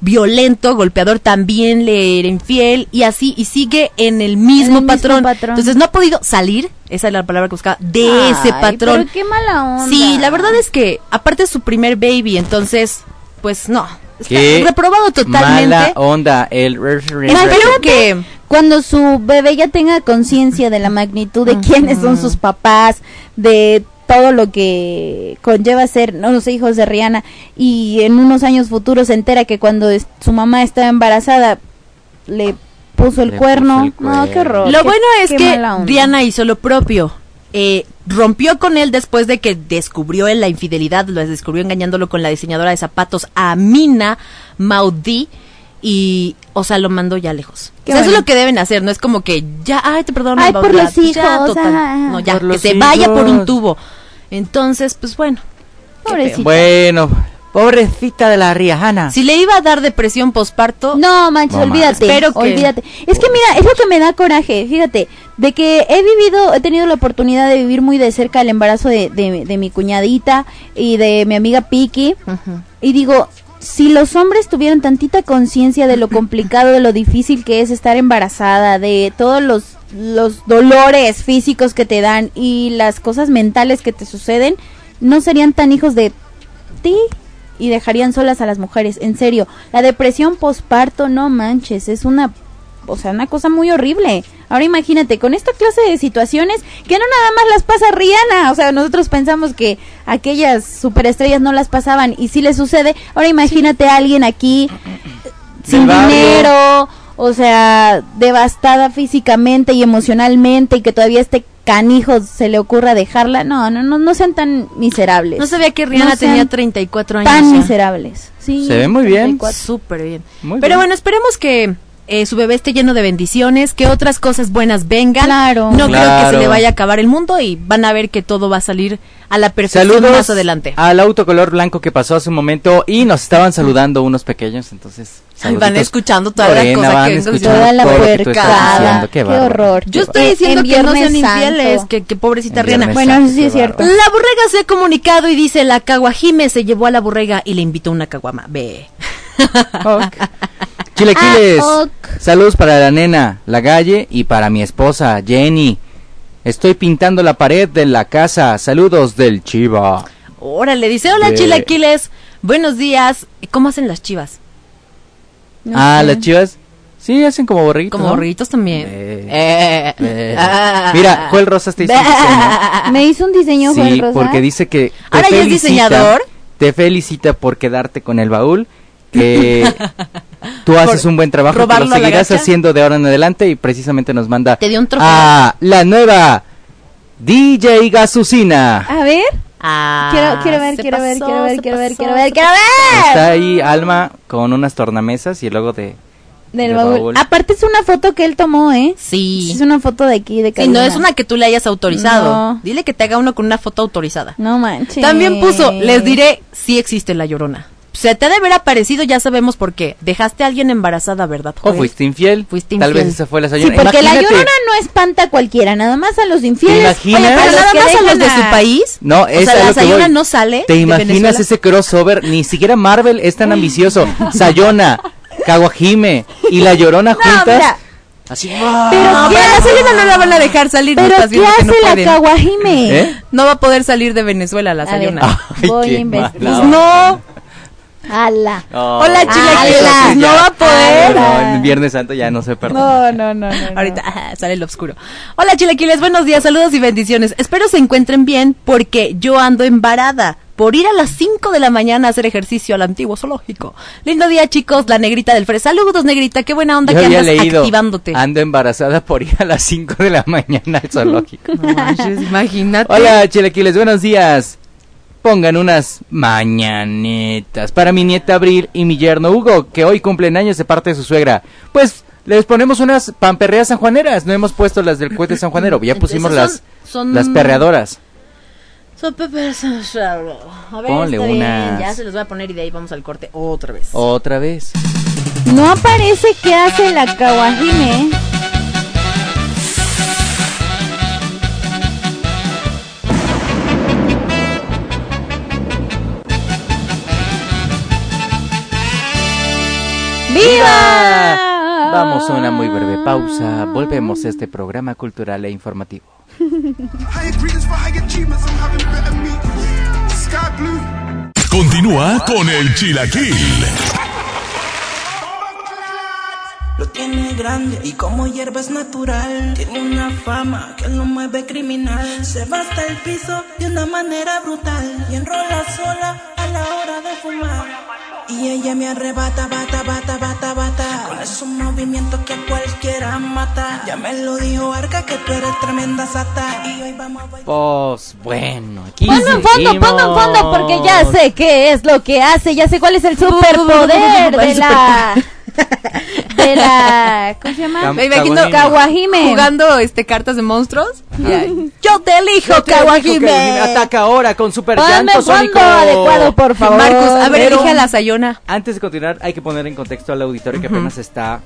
Speaker 5: violento, golpeador, también le era infiel y así, y sigue en el mismo,
Speaker 6: mismo
Speaker 5: patrón.
Speaker 6: patrón.
Speaker 5: Entonces no ha podido salir, esa es la palabra que buscaba, de ese
Speaker 6: Ay,
Speaker 5: patrón.
Speaker 6: pero qué mala onda.
Speaker 5: Sí, la verdad es que aparte es su primer baby, entonces, pues no. Está
Speaker 1: Qué
Speaker 5: reprobado
Speaker 1: Mala
Speaker 5: totalmente.
Speaker 1: onda el
Speaker 5: Espero que
Speaker 6: Cuando su bebé ya tenga conciencia de la magnitud de quiénes son sus papás, de todo lo que conlleva ser no los hijos de Rihanna y en unos años futuros se entera que cuando es- su mamá estaba embarazada le puso el,
Speaker 1: Le
Speaker 6: cuerno.
Speaker 1: puso el
Speaker 6: No, qué horror.
Speaker 5: lo
Speaker 6: qué-
Speaker 5: bueno es
Speaker 6: qué
Speaker 5: que
Speaker 6: mala onda.
Speaker 5: Rihanna hizo lo propio. Eh, rompió con él después de que descubrió la infidelidad, lo descubrió engañándolo con la diseñadora de zapatos Amina Maudí y, o sea, lo mandó ya lejos.
Speaker 6: Qué
Speaker 5: O sea, Eso es
Speaker 6: bueno.
Speaker 5: lo que deben hacer, no es como que ya, ay, te perdono.
Speaker 6: Ay,
Speaker 5: bla,
Speaker 6: por
Speaker 5: bla,
Speaker 6: los
Speaker 5: ya,
Speaker 6: hijos,
Speaker 5: total.
Speaker 6: ah.
Speaker 5: No, ya,
Speaker 1: Por
Speaker 5: que
Speaker 1: los
Speaker 5: se vaya por un
Speaker 1: hijos.
Speaker 5: tubo. Entonces, pues bueno. qué feo.
Speaker 6: Pobrecita.
Speaker 1: Bueno, pobrecita de la Rihanna.
Speaker 5: Si le iba a dar depresión posparto,
Speaker 6: No, manches,
Speaker 1: Mamá.
Speaker 6: olvídate.
Speaker 5: Espero que-
Speaker 6: olvídate. Es que mira, es lo que me da coraje, fíjate, de que he vivido, he tenido la oportunidad de vivir muy de cerca el embarazo de, de- de mi cuñadita y de mi amiga Piki. Y digo, si los hombres tuvieran tantita conciencia de lo complicado, de lo difícil que es estar embarazada, de todos los, los dolores físicos que te dan y las cosas mentales que te suceden, no serían tan hijos de ti y dejarían solas a las mujeres. En serio, la depresión posparto, no manches, es una, o sea, una cosa muy horrible. Ahora imagínate, con esta clase de situaciones que no nada más las pasa Rihanna, o sea, nosotros pensamos que aquellas superestrellas no las pasaban y sí les sucede. Ahora imagínate a alguien aquí sin
Speaker 11: barrio.
Speaker 6: dinero, o sea, devastada físicamente y emocionalmente y que todavía este canijo se le ocurra dejarla. No, no, no, no sean tan miserables.
Speaker 5: No sabía que Rihanna
Speaker 6: No sean
Speaker 5: tenía 34 años.
Speaker 6: Tan
Speaker 5: ya.
Speaker 6: miserables. Sí,
Speaker 1: Se ve muy bien.
Speaker 6: 34.
Speaker 5: Súper bien.
Speaker 1: Muy
Speaker 5: Pero
Speaker 1: bien.
Speaker 5: bueno, esperemos que eh, su bebé esté lleno de bendiciones, que otras cosas buenas vengan.
Speaker 6: Claro.
Speaker 5: No creo que
Speaker 1: Claro.
Speaker 5: se le vaya a acabar el mundo y van a ver que todo va a salir a la perfección
Speaker 1: Saludos
Speaker 5: Este más adelante.
Speaker 1: al autocolor blanco que pasó hace un momento y nos estaban saludando unos pequeños, entonces
Speaker 5: Ay, van
Speaker 1: saluditos.
Speaker 5: escuchando todas las
Speaker 1: Lorena,
Speaker 5: cosas
Speaker 1: van
Speaker 5: que vengo
Speaker 1: escuchando
Speaker 5: diciendo.
Speaker 6: Toda la
Speaker 1: todo lo que tú estás
Speaker 6: puercada.
Speaker 1: diciendo,
Speaker 6: Qué,
Speaker 1: bárbaro.
Speaker 6: horror.
Speaker 5: Yo estoy
Speaker 6: En-
Speaker 5: diciendo
Speaker 6: Eh, en
Speaker 5: que no sean
Speaker 6: Viernes Santo.
Speaker 5: infieles, que, que pobrecita
Speaker 1: En
Speaker 5: Rihanna.
Speaker 1: Viernes
Speaker 6: Bueno,
Speaker 1: Santo,
Speaker 6: eso sí
Speaker 1: qué
Speaker 6: es cierto.
Speaker 1: bárbaro.
Speaker 5: La borrega se ha comunicado y dice, la caguajime se llevó a la borrega y le invitó una caguama. Ve.
Speaker 1: Ok. Chilequiles.
Speaker 6: Ah, ok.
Speaker 1: Saludos para la nena, la galle y para mi esposa, Jenny. Estoy pintando la pared de la casa. Saludos del Chiva.
Speaker 5: Órale, dice, hola
Speaker 1: Ve.
Speaker 5: chilaquiles, buenos días. ¿Cómo hacen las chivas?
Speaker 6: No
Speaker 1: ah,
Speaker 6: sé.
Speaker 1: las chivas. Sí, hacen como borriguitos.
Speaker 5: Como
Speaker 1: ¿no?
Speaker 5: borritos también.
Speaker 1: Ve.
Speaker 5: Eh.
Speaker 1: Ve.
Speaker 5: Ah.
Speaker 1: Mira, Joel Rosas te hizo un diseño.
Speaker 6: Me hizo un diseño, Juan
Speaker 1: Ah, Sí,
Speaker 6: Rosa.
Speaker 1: porque dice que te
Speaker 5: Ahora ya es diseñador.
Speaker 1: Te felicita por quedarte con el baúl. Que tú haces un buen trabajo, que
Speaker 5: robarlo
Speaker 1: lo
Speaker 5: a la
Speaker 1: seguirás
Speaker 5: gacha.
Speaker 1: haciendo de ahora en adelante y precisamente nos manda
Speaker 5: Te dio un trofeo.
Speaker 1: a la nueva DJ Gasucina.
Speaker 6: A ver.
Speaker 5: Ah,
Speaker 6: Quiero, quiero ver,
Speaker 5: se
Speaker 6: quiero ver,
Speaker 5: pasó,
Speaker 6: quiero ver,
Speaker 5: se
Speaker 6: quiero ver,
Speaker 5: pasó,
Speaker 6: quiero
Speaker 5: se
Speaker 6: ver, quiero
Speaker 1: Está
Speaker 6: ver.
Speaker 1: ahí Alma con unas tornamesas y el logo de
Speaker 6: Del
Speaker 1: del
Speaker 6: baúl.
Speaker 1: baúl.
Speaker 5: Ah,
Speaker 6: Aparte es una foto que él tomó, ¿eh?
Speaker 5: Sí.
Speaker 6: Es una foto de aquí, de
Speaker 5: Sí, no es
Speaker 6: cabina.
Speaker 5: una que tú le hayas autorizado.
Speaker 6: No.
Speaker 5: Dile que te haga uno con una foto autorizada.
Speaker 6: No manches.
Speaker 5: También puso, les diré, sí existe la llorona. Se te ha de haber aparecido, ya sabemos por qué. Dejaste a alguien embarazada, ¿verdad?
Speaker 1: o
Speaker 5: Joel?
Speaker 1: fuiste infiel.
Speaker 5: pues. Fuiste
Speaker 1: Tal
Speaker 5: infiel.
Speaker 1: vez esa fue la
Speaker 6: Sí,
Speaker 1: señora.
Speaker 6: porque la
Speaker 1: Imagínate.
Speaker 6: llorona no espanta a cualquiera, nada más a los infieles.
Speaker 1: ¿Te imaginas?
Speaker 5: Pero
Speaker 1: Pero
Speaker 5: nada
Speaker 6: que
Speaker 5: más a los
Speaker 6: dejan
Speaker 5: de su país.
Speaker 1: No,
Speaker 5: o
Speaker 1: es
Speaker 5: sea,
Speaker 1: a lo
Speaker 5: la
Speaker 1: que
Speaker 5: Sayona
Speaker 1: voy.
Speaker 5: no sale.
Speaker 1: ¿Te
Speaker 5: de
Speaker 1: imaginas
Speaker 5: Venezuela?
Speaker 1: ese crossover? Ni siquiera Marvel es tan ambicioso. Sayona, Kawajime y La Llorona juntas.
Speaker 6: mira.
Speaker 1: Así
Speaker 6: Pero
Speaker 5: No,
Speaker 6: ¿qué
Speaker 5: pero a la
Speaker 6: hace,
Speaker 5: Sayona no la van a dejar salir.
Speaker 6: pero
Speaker 5: estás
Speaker 6: ¿qué
Speaker 5: viendo que
Speaker 6: hace
Speaker 5: no
Speaker 6: la
Speaker 5: pueden.
Speaker 6: Kawajime?
Speaker 1: ¿Eh?
Speaker 5: No va a poder salir Ah, de Venezuela la
Speaker 6: A ver.
Speaker 5: Sayona.
Speaker 1: Ay,
Speaker 6: Voy
Speaker 1: qué
Speaker 6: a investigar.
Speaker 1: mala
Speaker 5: Pues no.
Speaker 6: Ala.
Speaker 1: No.
Speaker 5: Hola, chilaquiles,
Speaker 1: Ala.
Speaker 5: no va a poder.
Speaker 1: Ah, No, en Viernes Santo ya no se perdona.
Speaker 6: no, no, no.
Speaker 5: Ahorita ajá, sale el oscuro. Hola chilaquiles, buenos días, saludos y bendiciones. Espero se encuentren bien porque yo ando embarada por ir a las 5 de la mañana a hacer ejercicio al antiguo zoológico. Lindo día chicos, la negrita del Fres. Saludos negrita, qué buena onda
Speaker 1: Yo
Speaker 5: que
Speaker 1: había
Speaker 5: andas
Speaker 1: leído.
Speaker 5: activándote.
Speaker 1: Ando embarazada por ir a las 5 de la mañana al zoológico.
Speaker 5: No manches, imagínate.
Speaker 1: Hola, chilequiles, buenos días. Pongan unas mañanetas para mi nieta Abril y mi yerno Hugo, que hoy cumplen años de parte de su suegra. Pues les ponemos unas pamperreas sanjuaneras. No hemos puesto las del cohete sanjuanero, ya pusimos
Speaker 5: Esas
Speaker 1: las,
Speaker 5: son- son-
Speaker 1: las perreadoras.
Speaker 5: So- pe- pe- so- so- A ver,
Speaker 1: Ponle
Speaker 5: está bien,
Speaker 1: unas.
Speaker 5: ya se los voy a poner y de ahí vamos al corte otra vez.
Speaker 1: Otra vez.
Speaker 6: No aparece qué hace la Kawajime. ¡Viva!
Speaker 1: Vamos a una muy breve pausa. Volvemos a este programa cultural e informativo.
Speaker 10: Higher greetings for higher achievements. I'm having better me. Sky blue.
Speaker 2: Continúa con el chilaquil.
Speaker 12: Lo tiene grande y como hierba es natural. Tiene una fama que lo mueve criminal. Se va hasta el piso de una manera brutal. Y enrola sola a la hora de fumar. Y ella me arrebata, bata, bata, bata, bata. Con esos movimientos que a cualquiera mata. Ya me lo dijo Arca que tú eres tremenda sata. Y hoy vamos a bailar.
Speaker 1: Pues bueno, aquí
Speaker 6: Ponlo en fondo,
Speaker 1: seguimos.
Speaker 6: ponlo en fondo, porque ya sé qué es lo que hace, ya sé cuál es el superpoder de la. De la. ¿Cómo se llama?
Speaker 1: Cam-
Speaker 5: Me imagino
Speaker 1: Kawajime.
Speaker 6: Kawajime.
Speaker 5: jugando este cartas de monstruos.
Speaker 6: Yo te elijo,
Speaker 1: Yo te digo que Ataca ahora con super
Speaker 6: Ponme
Speaker 1: llanto
Speaker 6: en fondo
Speaker 1: sónico.
Speaker 6: adecuado, por favor.
Speaker 5: Marcos, a ver,
Speaker 1: pero-
Speaker 5: elige a la Sayona.
Speaker 1: Antes de continuar, hay que poner en contexto al auditorio que apenas está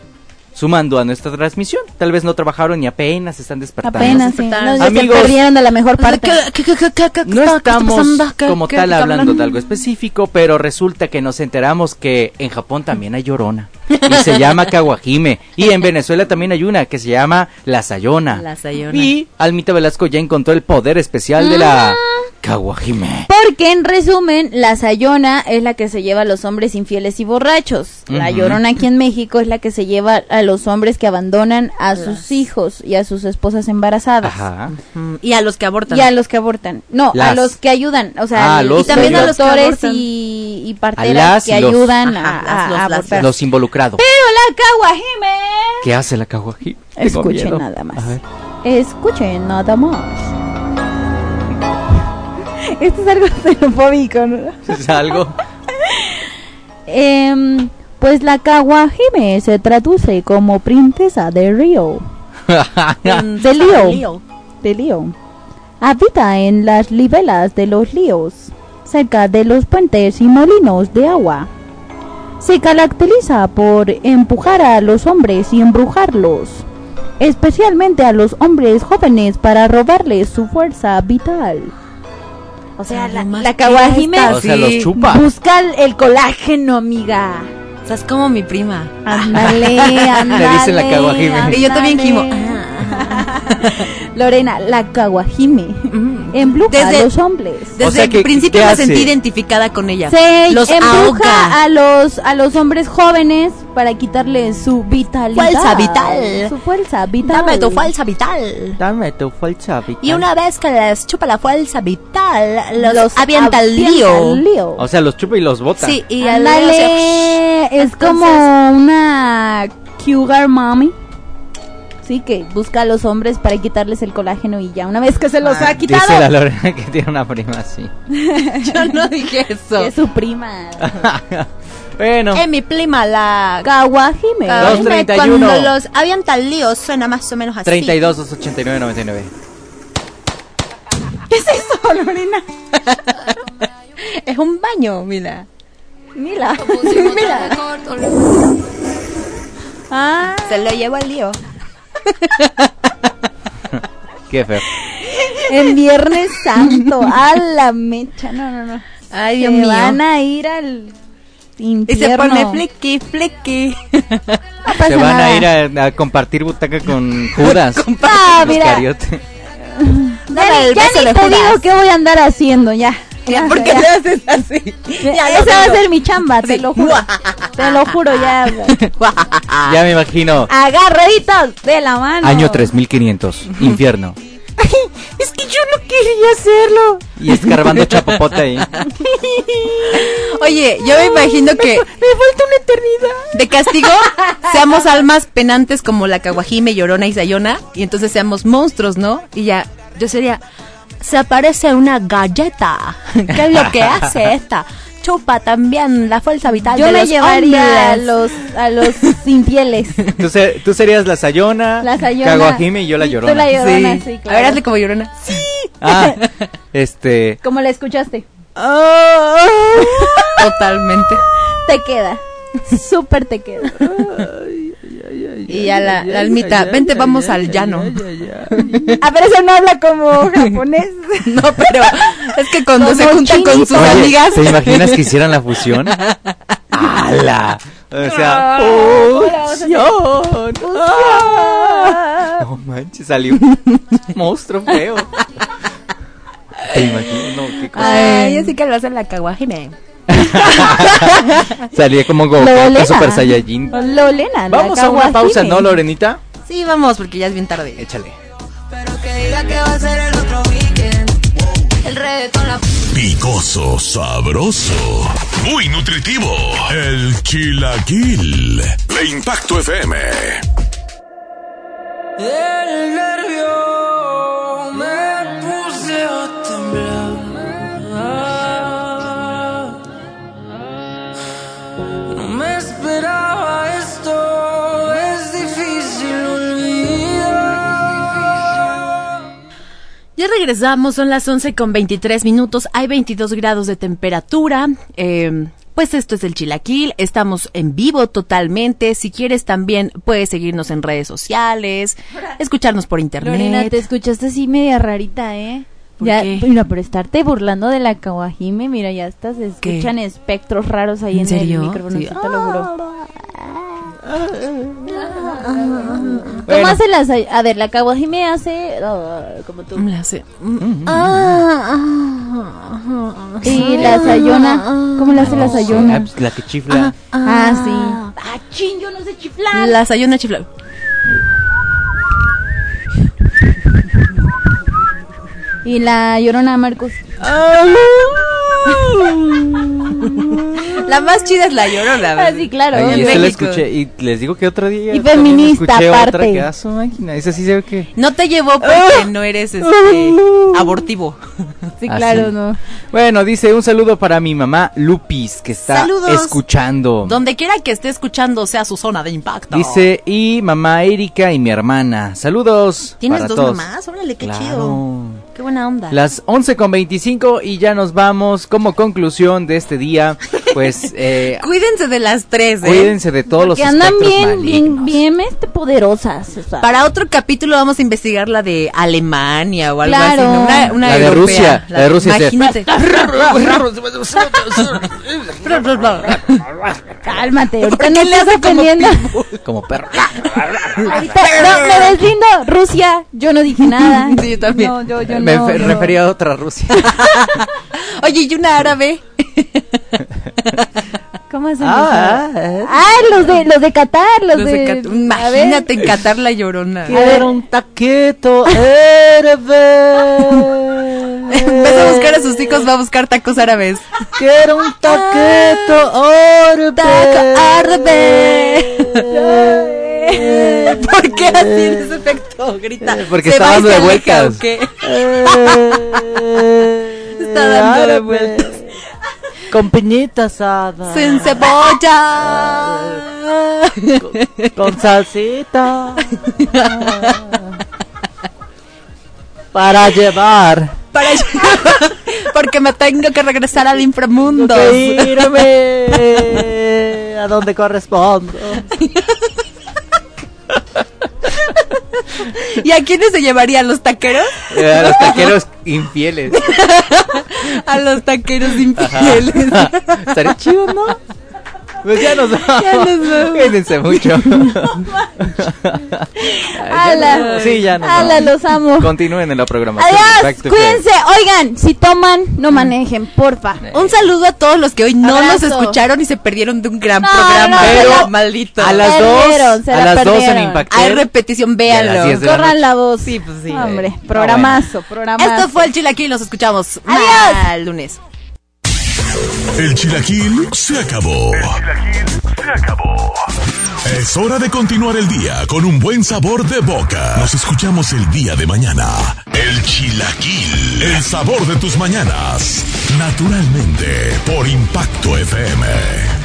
Speaker 1: sumando a nuestra transmisión. Tal vez no trabajaron y apenas se están despertando.
Speaker 6: Apenas, Pues sí. No, ya se
Speaker 1: Amigos,
Speaker 6: perdieron de la mejor parte.
Speaker 1: no estamos como tal hablando de
Speaker 6: tal
Speaker 1: algo específico, pero resulta que nos enteramos que en Japón también hay llorona y se llama Kawajime y en Venezuela también hay una que se llama La Sayona.
Speaker 5: La Sayona.
Speaker 1: Y Almita Velasco ya encontró el poder especial de la
Speaker 6: Ah.
Speaker 1: Kawajime.
Speaker 6: Porque en resumen, la Sayona es la que se lleva a los hombres infieles y borrachos. La
Speaker 1: Ujú.
Speaker 6: Llorona aquí en México es la que se lleva a los hombres que abandonan a sus hijos y a sus esposas embarazadas.
Speaker 1: Ajá.
Speaker 5: Y a los que abortan.
Speaker 6: Y a los que abortan. No, a
Speaker 1: Las.
Speaker 6: los que ayudan. O sea,
Speaker 1: Ah,
Speaker 6: y
Speaker 1: los
Speaker 6: también
Speaker 1: que
Speaker 6: a los
Speaker 1: ayudan.
Speaker 6: doctores y, y
Speaker 1: A
Speaker 6: parteras
Speaker 1: las
Speaker 6: que
Speaker 1: y los.
Speaker 6: ayudan
Speaker 5: Ajá,
Speaker 6: a,
Speaker 5: las, los,
Speaker 6: a
Speaker 5: las,
Speaker 6: abortar.
Speaker 1: Los involucrados.
Speaker 6: Pero la Kawajime.
Speaker 1: ¿Qué hace la Kawajime? Tengo
Speaker 6: Escuchen
Speaker 1: miedo.
Speaker 6: nada más.
Speaker 1: A ver.
Speaker 6: Escuchen nada más. Esto es algo xenofóbico, ¿no?
Speaker 1: ¿Es algo?
Speaker 6: Em, pues la Kawajime se traduce como princesa de río. Em, De lío. De lío. Habita en las libelas de los ríos, cerca de los puentes y molinos de agua. Se caracteriza por empujar a los hombres y embrujarlos, especialmente a los hombres jóvenes para robarles su fuerza vital. O sea, la,
Speaker 5: más
Speaker 6: la Kawajime
Speaker 5: fiesta,
Speaker 1: O sea, los chupa.
Speaker 6: busca el- el colágeno, amiga.
Speaker 5: O sea, es como mi prima.
Speaker 6: Ándale, ándale.
Speaker 1: Le dicen la Kawajime.
Speaker 5: Y yo también
Speaker 6: ándale.
Speaker 5: gimo.
Speaker 6: Lorena, la Kawajime. Embruja
Speaker 5: Desde-
Speaker 6: a los hombres.
Speaker 5: Desde
Speaker 1: O sea,
Speaker 5: el
Speaker 1: ¿qué-
Speaker 5: principio
Speaker 1: qué
Speaker 5: me
Speaker 1: hace?
Speaker 5: sentí identificada con ella.
Speaker 6: Se
Speaker 5: los
Speaker 6: embruja
Speaker 5: ahoga.
Speaker 6: a los a los hombres jóvenes para quitarle su vitalidad.
Speaker 5: Fuerza vital.
Speaker 6: Su fuerza vital.
Speaker 5: Dame tu fuerza vital.
Speaker 1: Dame tu falsa
Speaker 5: Y una vez que les chupa la fuerza vital, los,
Speaker 6: Los
Speaker 5: avienta al lío.
Speaker 6: al lío.
Speaker 1: O sea, los chupa y los bota.
Speaker 5: Sí, y al lío se-
Speaker 6: Ándale, es como una cougar mommy. Sí, que busca a los hombres para quitarles el colágeno y ya una vez que se los ha quitado,
Speaker 1: Dice la Lorena que tiene una prima así.
Speaker 5: Yo no dije eso.
Speaker 6: es su prima.
Speaker 1: bueno,
Speaker 5: Es mi prima, la...
Speaker 6: Kawajime.
Speaker 1: Ah, Dos treinta y uno.
Speaker 5: Cuando los avienta al lío, suena más o menos así.
Speaker 1: 32, 289, 99.
Speaker 6: ¿Qué es eso, Lorena?
Speaker 5: Es un baño, mira.
Speaker 6: Mila. Mila.
Speaker 11: Mira.
Speaker 6: Ah,
Speaker 5: Se lo llevo al lío.
Speaker 1: Qué feo.
Speaker 6: en Viernes Santo. A la mecha. No, no, no.
Speaker 5: Ay,
Speaker 6: Se van a ir al
Speaker 5: Y
Speaker 6: infierno.
Speaker 5: se pone flequi, flequi.
Speaker 6: No pasa
Speaker 1: Se van
Speaker 6: nada.
Speaker 1: a ir a, a compartir butaca con Judas.
Speaker 6: Ah,
Speaker 1: Los
Speaker 6: mira.
Speaker 1: cariote.
Speaker 6: Ya,
Speaker 5: Dale el
Speaker 6: ni- ya
Speaker 5: beso
Speaker 6: ni
Speaker 5: de
Speaker 6: te
Speaker 5: Judas.
Speaker 6: digo qué voy a andar haciendo ya.
Speaker 5: Ya,
Speaker 6: O
Speaker 5: ¿Por qué
Speaker 6: sea,
Speaker 5: te haces así?
Speaker 6: ya-
Speaker 5: Ya lo
Speaker 6: esa va a
Speaker 5: tengo.
Speaker 6: ser mi chamba, te
Speaker 5: Sí.
Speaker 6: lo juro. te lo juro ya. Ah.
Speaker 1: Ya me imagino.
Speaker 6: Agarraditos de la mano.
Speaker 1: Año 3500, infierno.
Speaker 6: Es que yo no quería hacerlo.
Speaker 1: Y escarbando chapopote ahí.
Speaker 5: Oye, yo me imagino que
Speaker 6: Me falta una eternidad.
Speaker 5: de castigo seamos almas penantes como la Kawajime, Llorona y Sayona. Y entonces seamos monstruos, ¿no? Y ya, yo sería. Se aparece una galleta. ¿Qué es lo que hace esta? Chupa también la fuerza vital
Speaker 6: Yo
Speaker 5: de
Speaker 6: me
Speaker 5: los
Speaker 6: llevaría a
Speaker 5: hombres.
Speaker 6: los, a los infieles.
Speaker 1: Tú, se- tú serías la Sayona,
Speaker 6: La Sayona.
Speaker 1: Kawajime y yo la llorona.
Speaker 6: Tú la llorona, sí,
Speaker 5: Sí.
Speaker 6: claro.
Speaker 5: A ver, hazle como Llorona.
Speaker 1: Ah, este.
Speaker 6: Como la escuchaste.
Speaker 5: Oh. Totalmente.
Speaker 6: Te queda. Oh. Súper te queda.
Speaker 5: Y a la, la almita, vente, vamos al llano.
Speaker 6: Ah, pero eso no habla como japonés.
Speaker 5: No, pero es que cuando
Speaker 6: Como
Speaker 5: se juntan con
Speaker 6: chinito.
Speaker 5: sus
Speaker 1: Oye,
Speaker 5: amigas.
Speaker 1: ¿Te imaginas que hicieran la fusión? ¡Hala! O sea, ¡oh! ¡fusión! ¡Ah! No manches, salió un monstruo feo. Te imagino, no, qué cosa.
Speaker 5: Ay, así que lo hacen la Kawajime.
Speaker 1: Salía como Goku,
Speaker 6: Lolena.
Speaker 1: Super Saiyajin.
Speaker 6: Lolena. la
Speaker 1: Vamos a una pausa,
Speaker 6: Kawajime.
Speaker 1: ¿no, Lorenita?
Speaker 5: Sí, vamos, porque ya es bien tarde.
Speaker 1: Échale.
Speaker 8: Pero que diga que va a ser el otro weekend. El reggaetón la
Speaker 2: Picoso, sabroso, muy nutritivo. El chilaquil de Impacto FM.
Speaker 10: El nervio me puse a temblar. No me esperaba esto, es difícil um olvidar.
Speaker 5: Ya regresamos, son las 11 con 23 minutos, hay 22 grados de temperatura. eh, Pues esto es el Chilaquil, estamos en vivo totalmente. Si quieres también puedes seguirnos en redes sociales, escucharnos por internet.
Speaker 6: Lorena, te escuchaste así media rarita, ¿eh?
Speaker 5: ¿Por
Speaker 6: Ya,
Speaker 5: qué?
Speaker 6: mira, por estarte burlando de la kawajime, mira, ya hasta se escuchan espectros raros ahí
Speaker 5: ¿En
Speaker 6: en,
Speaker 5: serio?
Speaker 6: el micrófono,
Speaker 5: Sí.
Speaker 6: sí te lo juro. ¿Cómo
Speaker 5: Bueno.
Speaker 6: hacen las...? A ver, la kawajime hace... ah, como tú.
Speaker 5: Mm, La hace-
Speaker 6: Y la sayona, ¿cómo la hace
Speaker 1: Ah.
Speaker 6: la sayona?
Speaker 1: La que chifla.
Speaker 6: Ah, sí.
Speaker 11: Ah, ching, yo no sé chiflar.
Speaker 5: La sayona chifla.
Speaker 6: Y la llorona, Marcos.
Speaker 5: La más chida es la llorona.
Speaker 6: Ah, sí, claro.
Speaker 1: Ay,
Speaker 6: en
Speaker 1: esa la
Speaker 6: México.
Speaker 1: escuché y les digo que otro día
Speaker 6: Y
Speaker 1: también
Speaker 6: feminista,
Speaker 1: escuché otra
Speaker 6: aparte.
Speaker 1: que a su máquina. Esa sí se ve que
Speaker 5: No te llevó porque no eres este, abortivo.
Speaker 6: Sí,
Speaker 1: Ah,
Speaker 6: claro,
Speaker 1: sí.
Speaker 6: no.
Speaker 1: Bueno, dice un saludo para mi mamá Lupis que está
Speaker 5: Saludos.
Speaker 1: escuchando.
Speaker 5: Donde quiera que esté escuchando sea su zona de impacto.
Speaker 1: Dice y mamá Erika y mi hermana. Saludos.
Speaker 5: ¿Tienes
Speaker 1: para
Speaker 5: dos
Speaker 1: todos.
Speaker 5: mamás? Órale, qué
Speaker 1: Claro.
Speaker 5: chido. Qué buena onda.
Speaker 1: Las 11 con 25 y ya nos vamos como conclusión de este día. Pues eh,
Speaker 5: Cuídense de las tres, ¿eh?
Speaker 1: cuídense de todos los
Speaker 6: Que andan
Speaker 1: espectros
Speaker 6: bien,
Speaker 1: malignos.
Speaker 6: bien, bien este, poderosas. o sea.
Speaker 5: Para otro capítulo vamos a investigar la de Alemania o algo
Speaker 6: Claro.
Speaker 5: así. ¿no? Una, una
Speaker 1: La de
Speaker 5: europea.
Speaker 1: Rusia, la de Rusia, sí.
Speaker 5: Imagínate.
Speaker 6: Cálmate, ahorita
Speaker 5: qué
Speaker 6: no
Speaker 5: le
Speaker 6: estás
Speaker 5: hace como
Speaker 6: ofendiendo.
Speaker 1: Como perro.
Speaker 6: Ahorita, no, me deslindo. Rusia, yo no dije nada.
Speaker 5: Sí, yo también.
Speaker 6: No, yo, yo
Speaker 1: Me
Speaker 6: no.
Speaker 1: fe-
Speaker 6: yo-
Speaker 1: refería a otra Rusia.
Speaker 5: Oye, y una árabe.
Speaker 6: ¿Cómo hacen
Speaker 1: Ah,
Speaker 6: eso? Ah, los de, los de Qatar, los,
Speaker 5: Los de
Speaker 6: de...
Speaker 5: Cat-
Speaker 6: a ver.
Speaker 5: Imagínate en Qatar la llorona.
Speaker 1: Quiero un taquito er árabe.
Speaker 5: En vez de buscar a sus hijos, va a buscar tacos árabes.
Speaker 1: Quiero un taquito árabe.
Speaker 5: Taco árabe. ¿Por qué así en ese efecto? Grita.
Speaker 1: Eh, porque
Speaker 5: ¿Se
Speaker 1: está
Speaker 5: va y
Speaker 1: dando
Speaker 5: se
Speaker 1: de
Speaker 5: aleja
Speaker 1: vueltas.
Speaker 5: o qué?
Speaker 1: Está
Speaker 5: Está dando de vueltas.
Speaker 1: Con piñita asada.
Speaker 5: Sin cebolla.
Speaker 1: Con salsita. Para llevar.
Speaker 5: Para Porque me tengo que regresar al inframundo.
Speaker 1: Tírame a donde correspondo.
Speaker 5: ¿Y a quiénes se llevarían los taqueros?
Speaker 1: A los taqueros infieles.
Speaker 5: A los taqueros infieles.
Speaker 1: Estaría chido, ¿no? Pues ya nos vamos.
Speaker 5: Ya nos vamos.
Speaker 1: Cuídense mucho.
Speaker 6: Ala.
Speaker 1: Sí, ya nos
Speaker 6: Ala,
Speaker 1: vamos.
Speaker 6: los amo.
Speaker 1: Continúen en la programación. Back
Speaker 6: Adiós,
Speaker 1: to
Speaker 6: cuídense. Oigan, si toman, no manejen, porfa.
Speaker 5: Un saludo a todos los que hoy no
Speaker 6: Abrazo.
Speaker 5: nos escucharon y se perdieron de un gran
Speaker 6: No,
Speaker 5: programa.
Speaker 6: no,
Speaker 1: se Pero- la-
Speaker 5: maldito.
Speaker 1: A las
Speaker 6: Perdieron,
Speaker 1: dos,
Speaker 6: se
Speaker 1: a
Speaker 6: la
Speaker 1: las dos en
Speaker 6: perdieron.
Speaker 1: Impactel.
Speaker 5: Hay repetición,
Speaker 1: Y a las
Speaker 5: véanlo.
Speaker 1: 10 de la
Speaker 6: Corran
Speaker 1: noche.
Speaker 6: la voz.
Speaker 5: Sí, pues sí.
Speaker 6: Hombre,
Speaker 1: Ah,
Speaker 6: programazo, programazo.
Speaker 5: Esto fue el Chilaquil, nos escuchamos.
Speaker 6: Adiós.
Speaker 5: Al lunes.
Speaker 2: El chilaquil se acabó.
Speaker 10: Se acabó.
Speaker 2: Es hora de continuar el día con un buen sabor de boca. Nos escuchamos el día de mañana. El chilaquil, el sabor de tus mañanas. Naturalmente, por Impacto FM.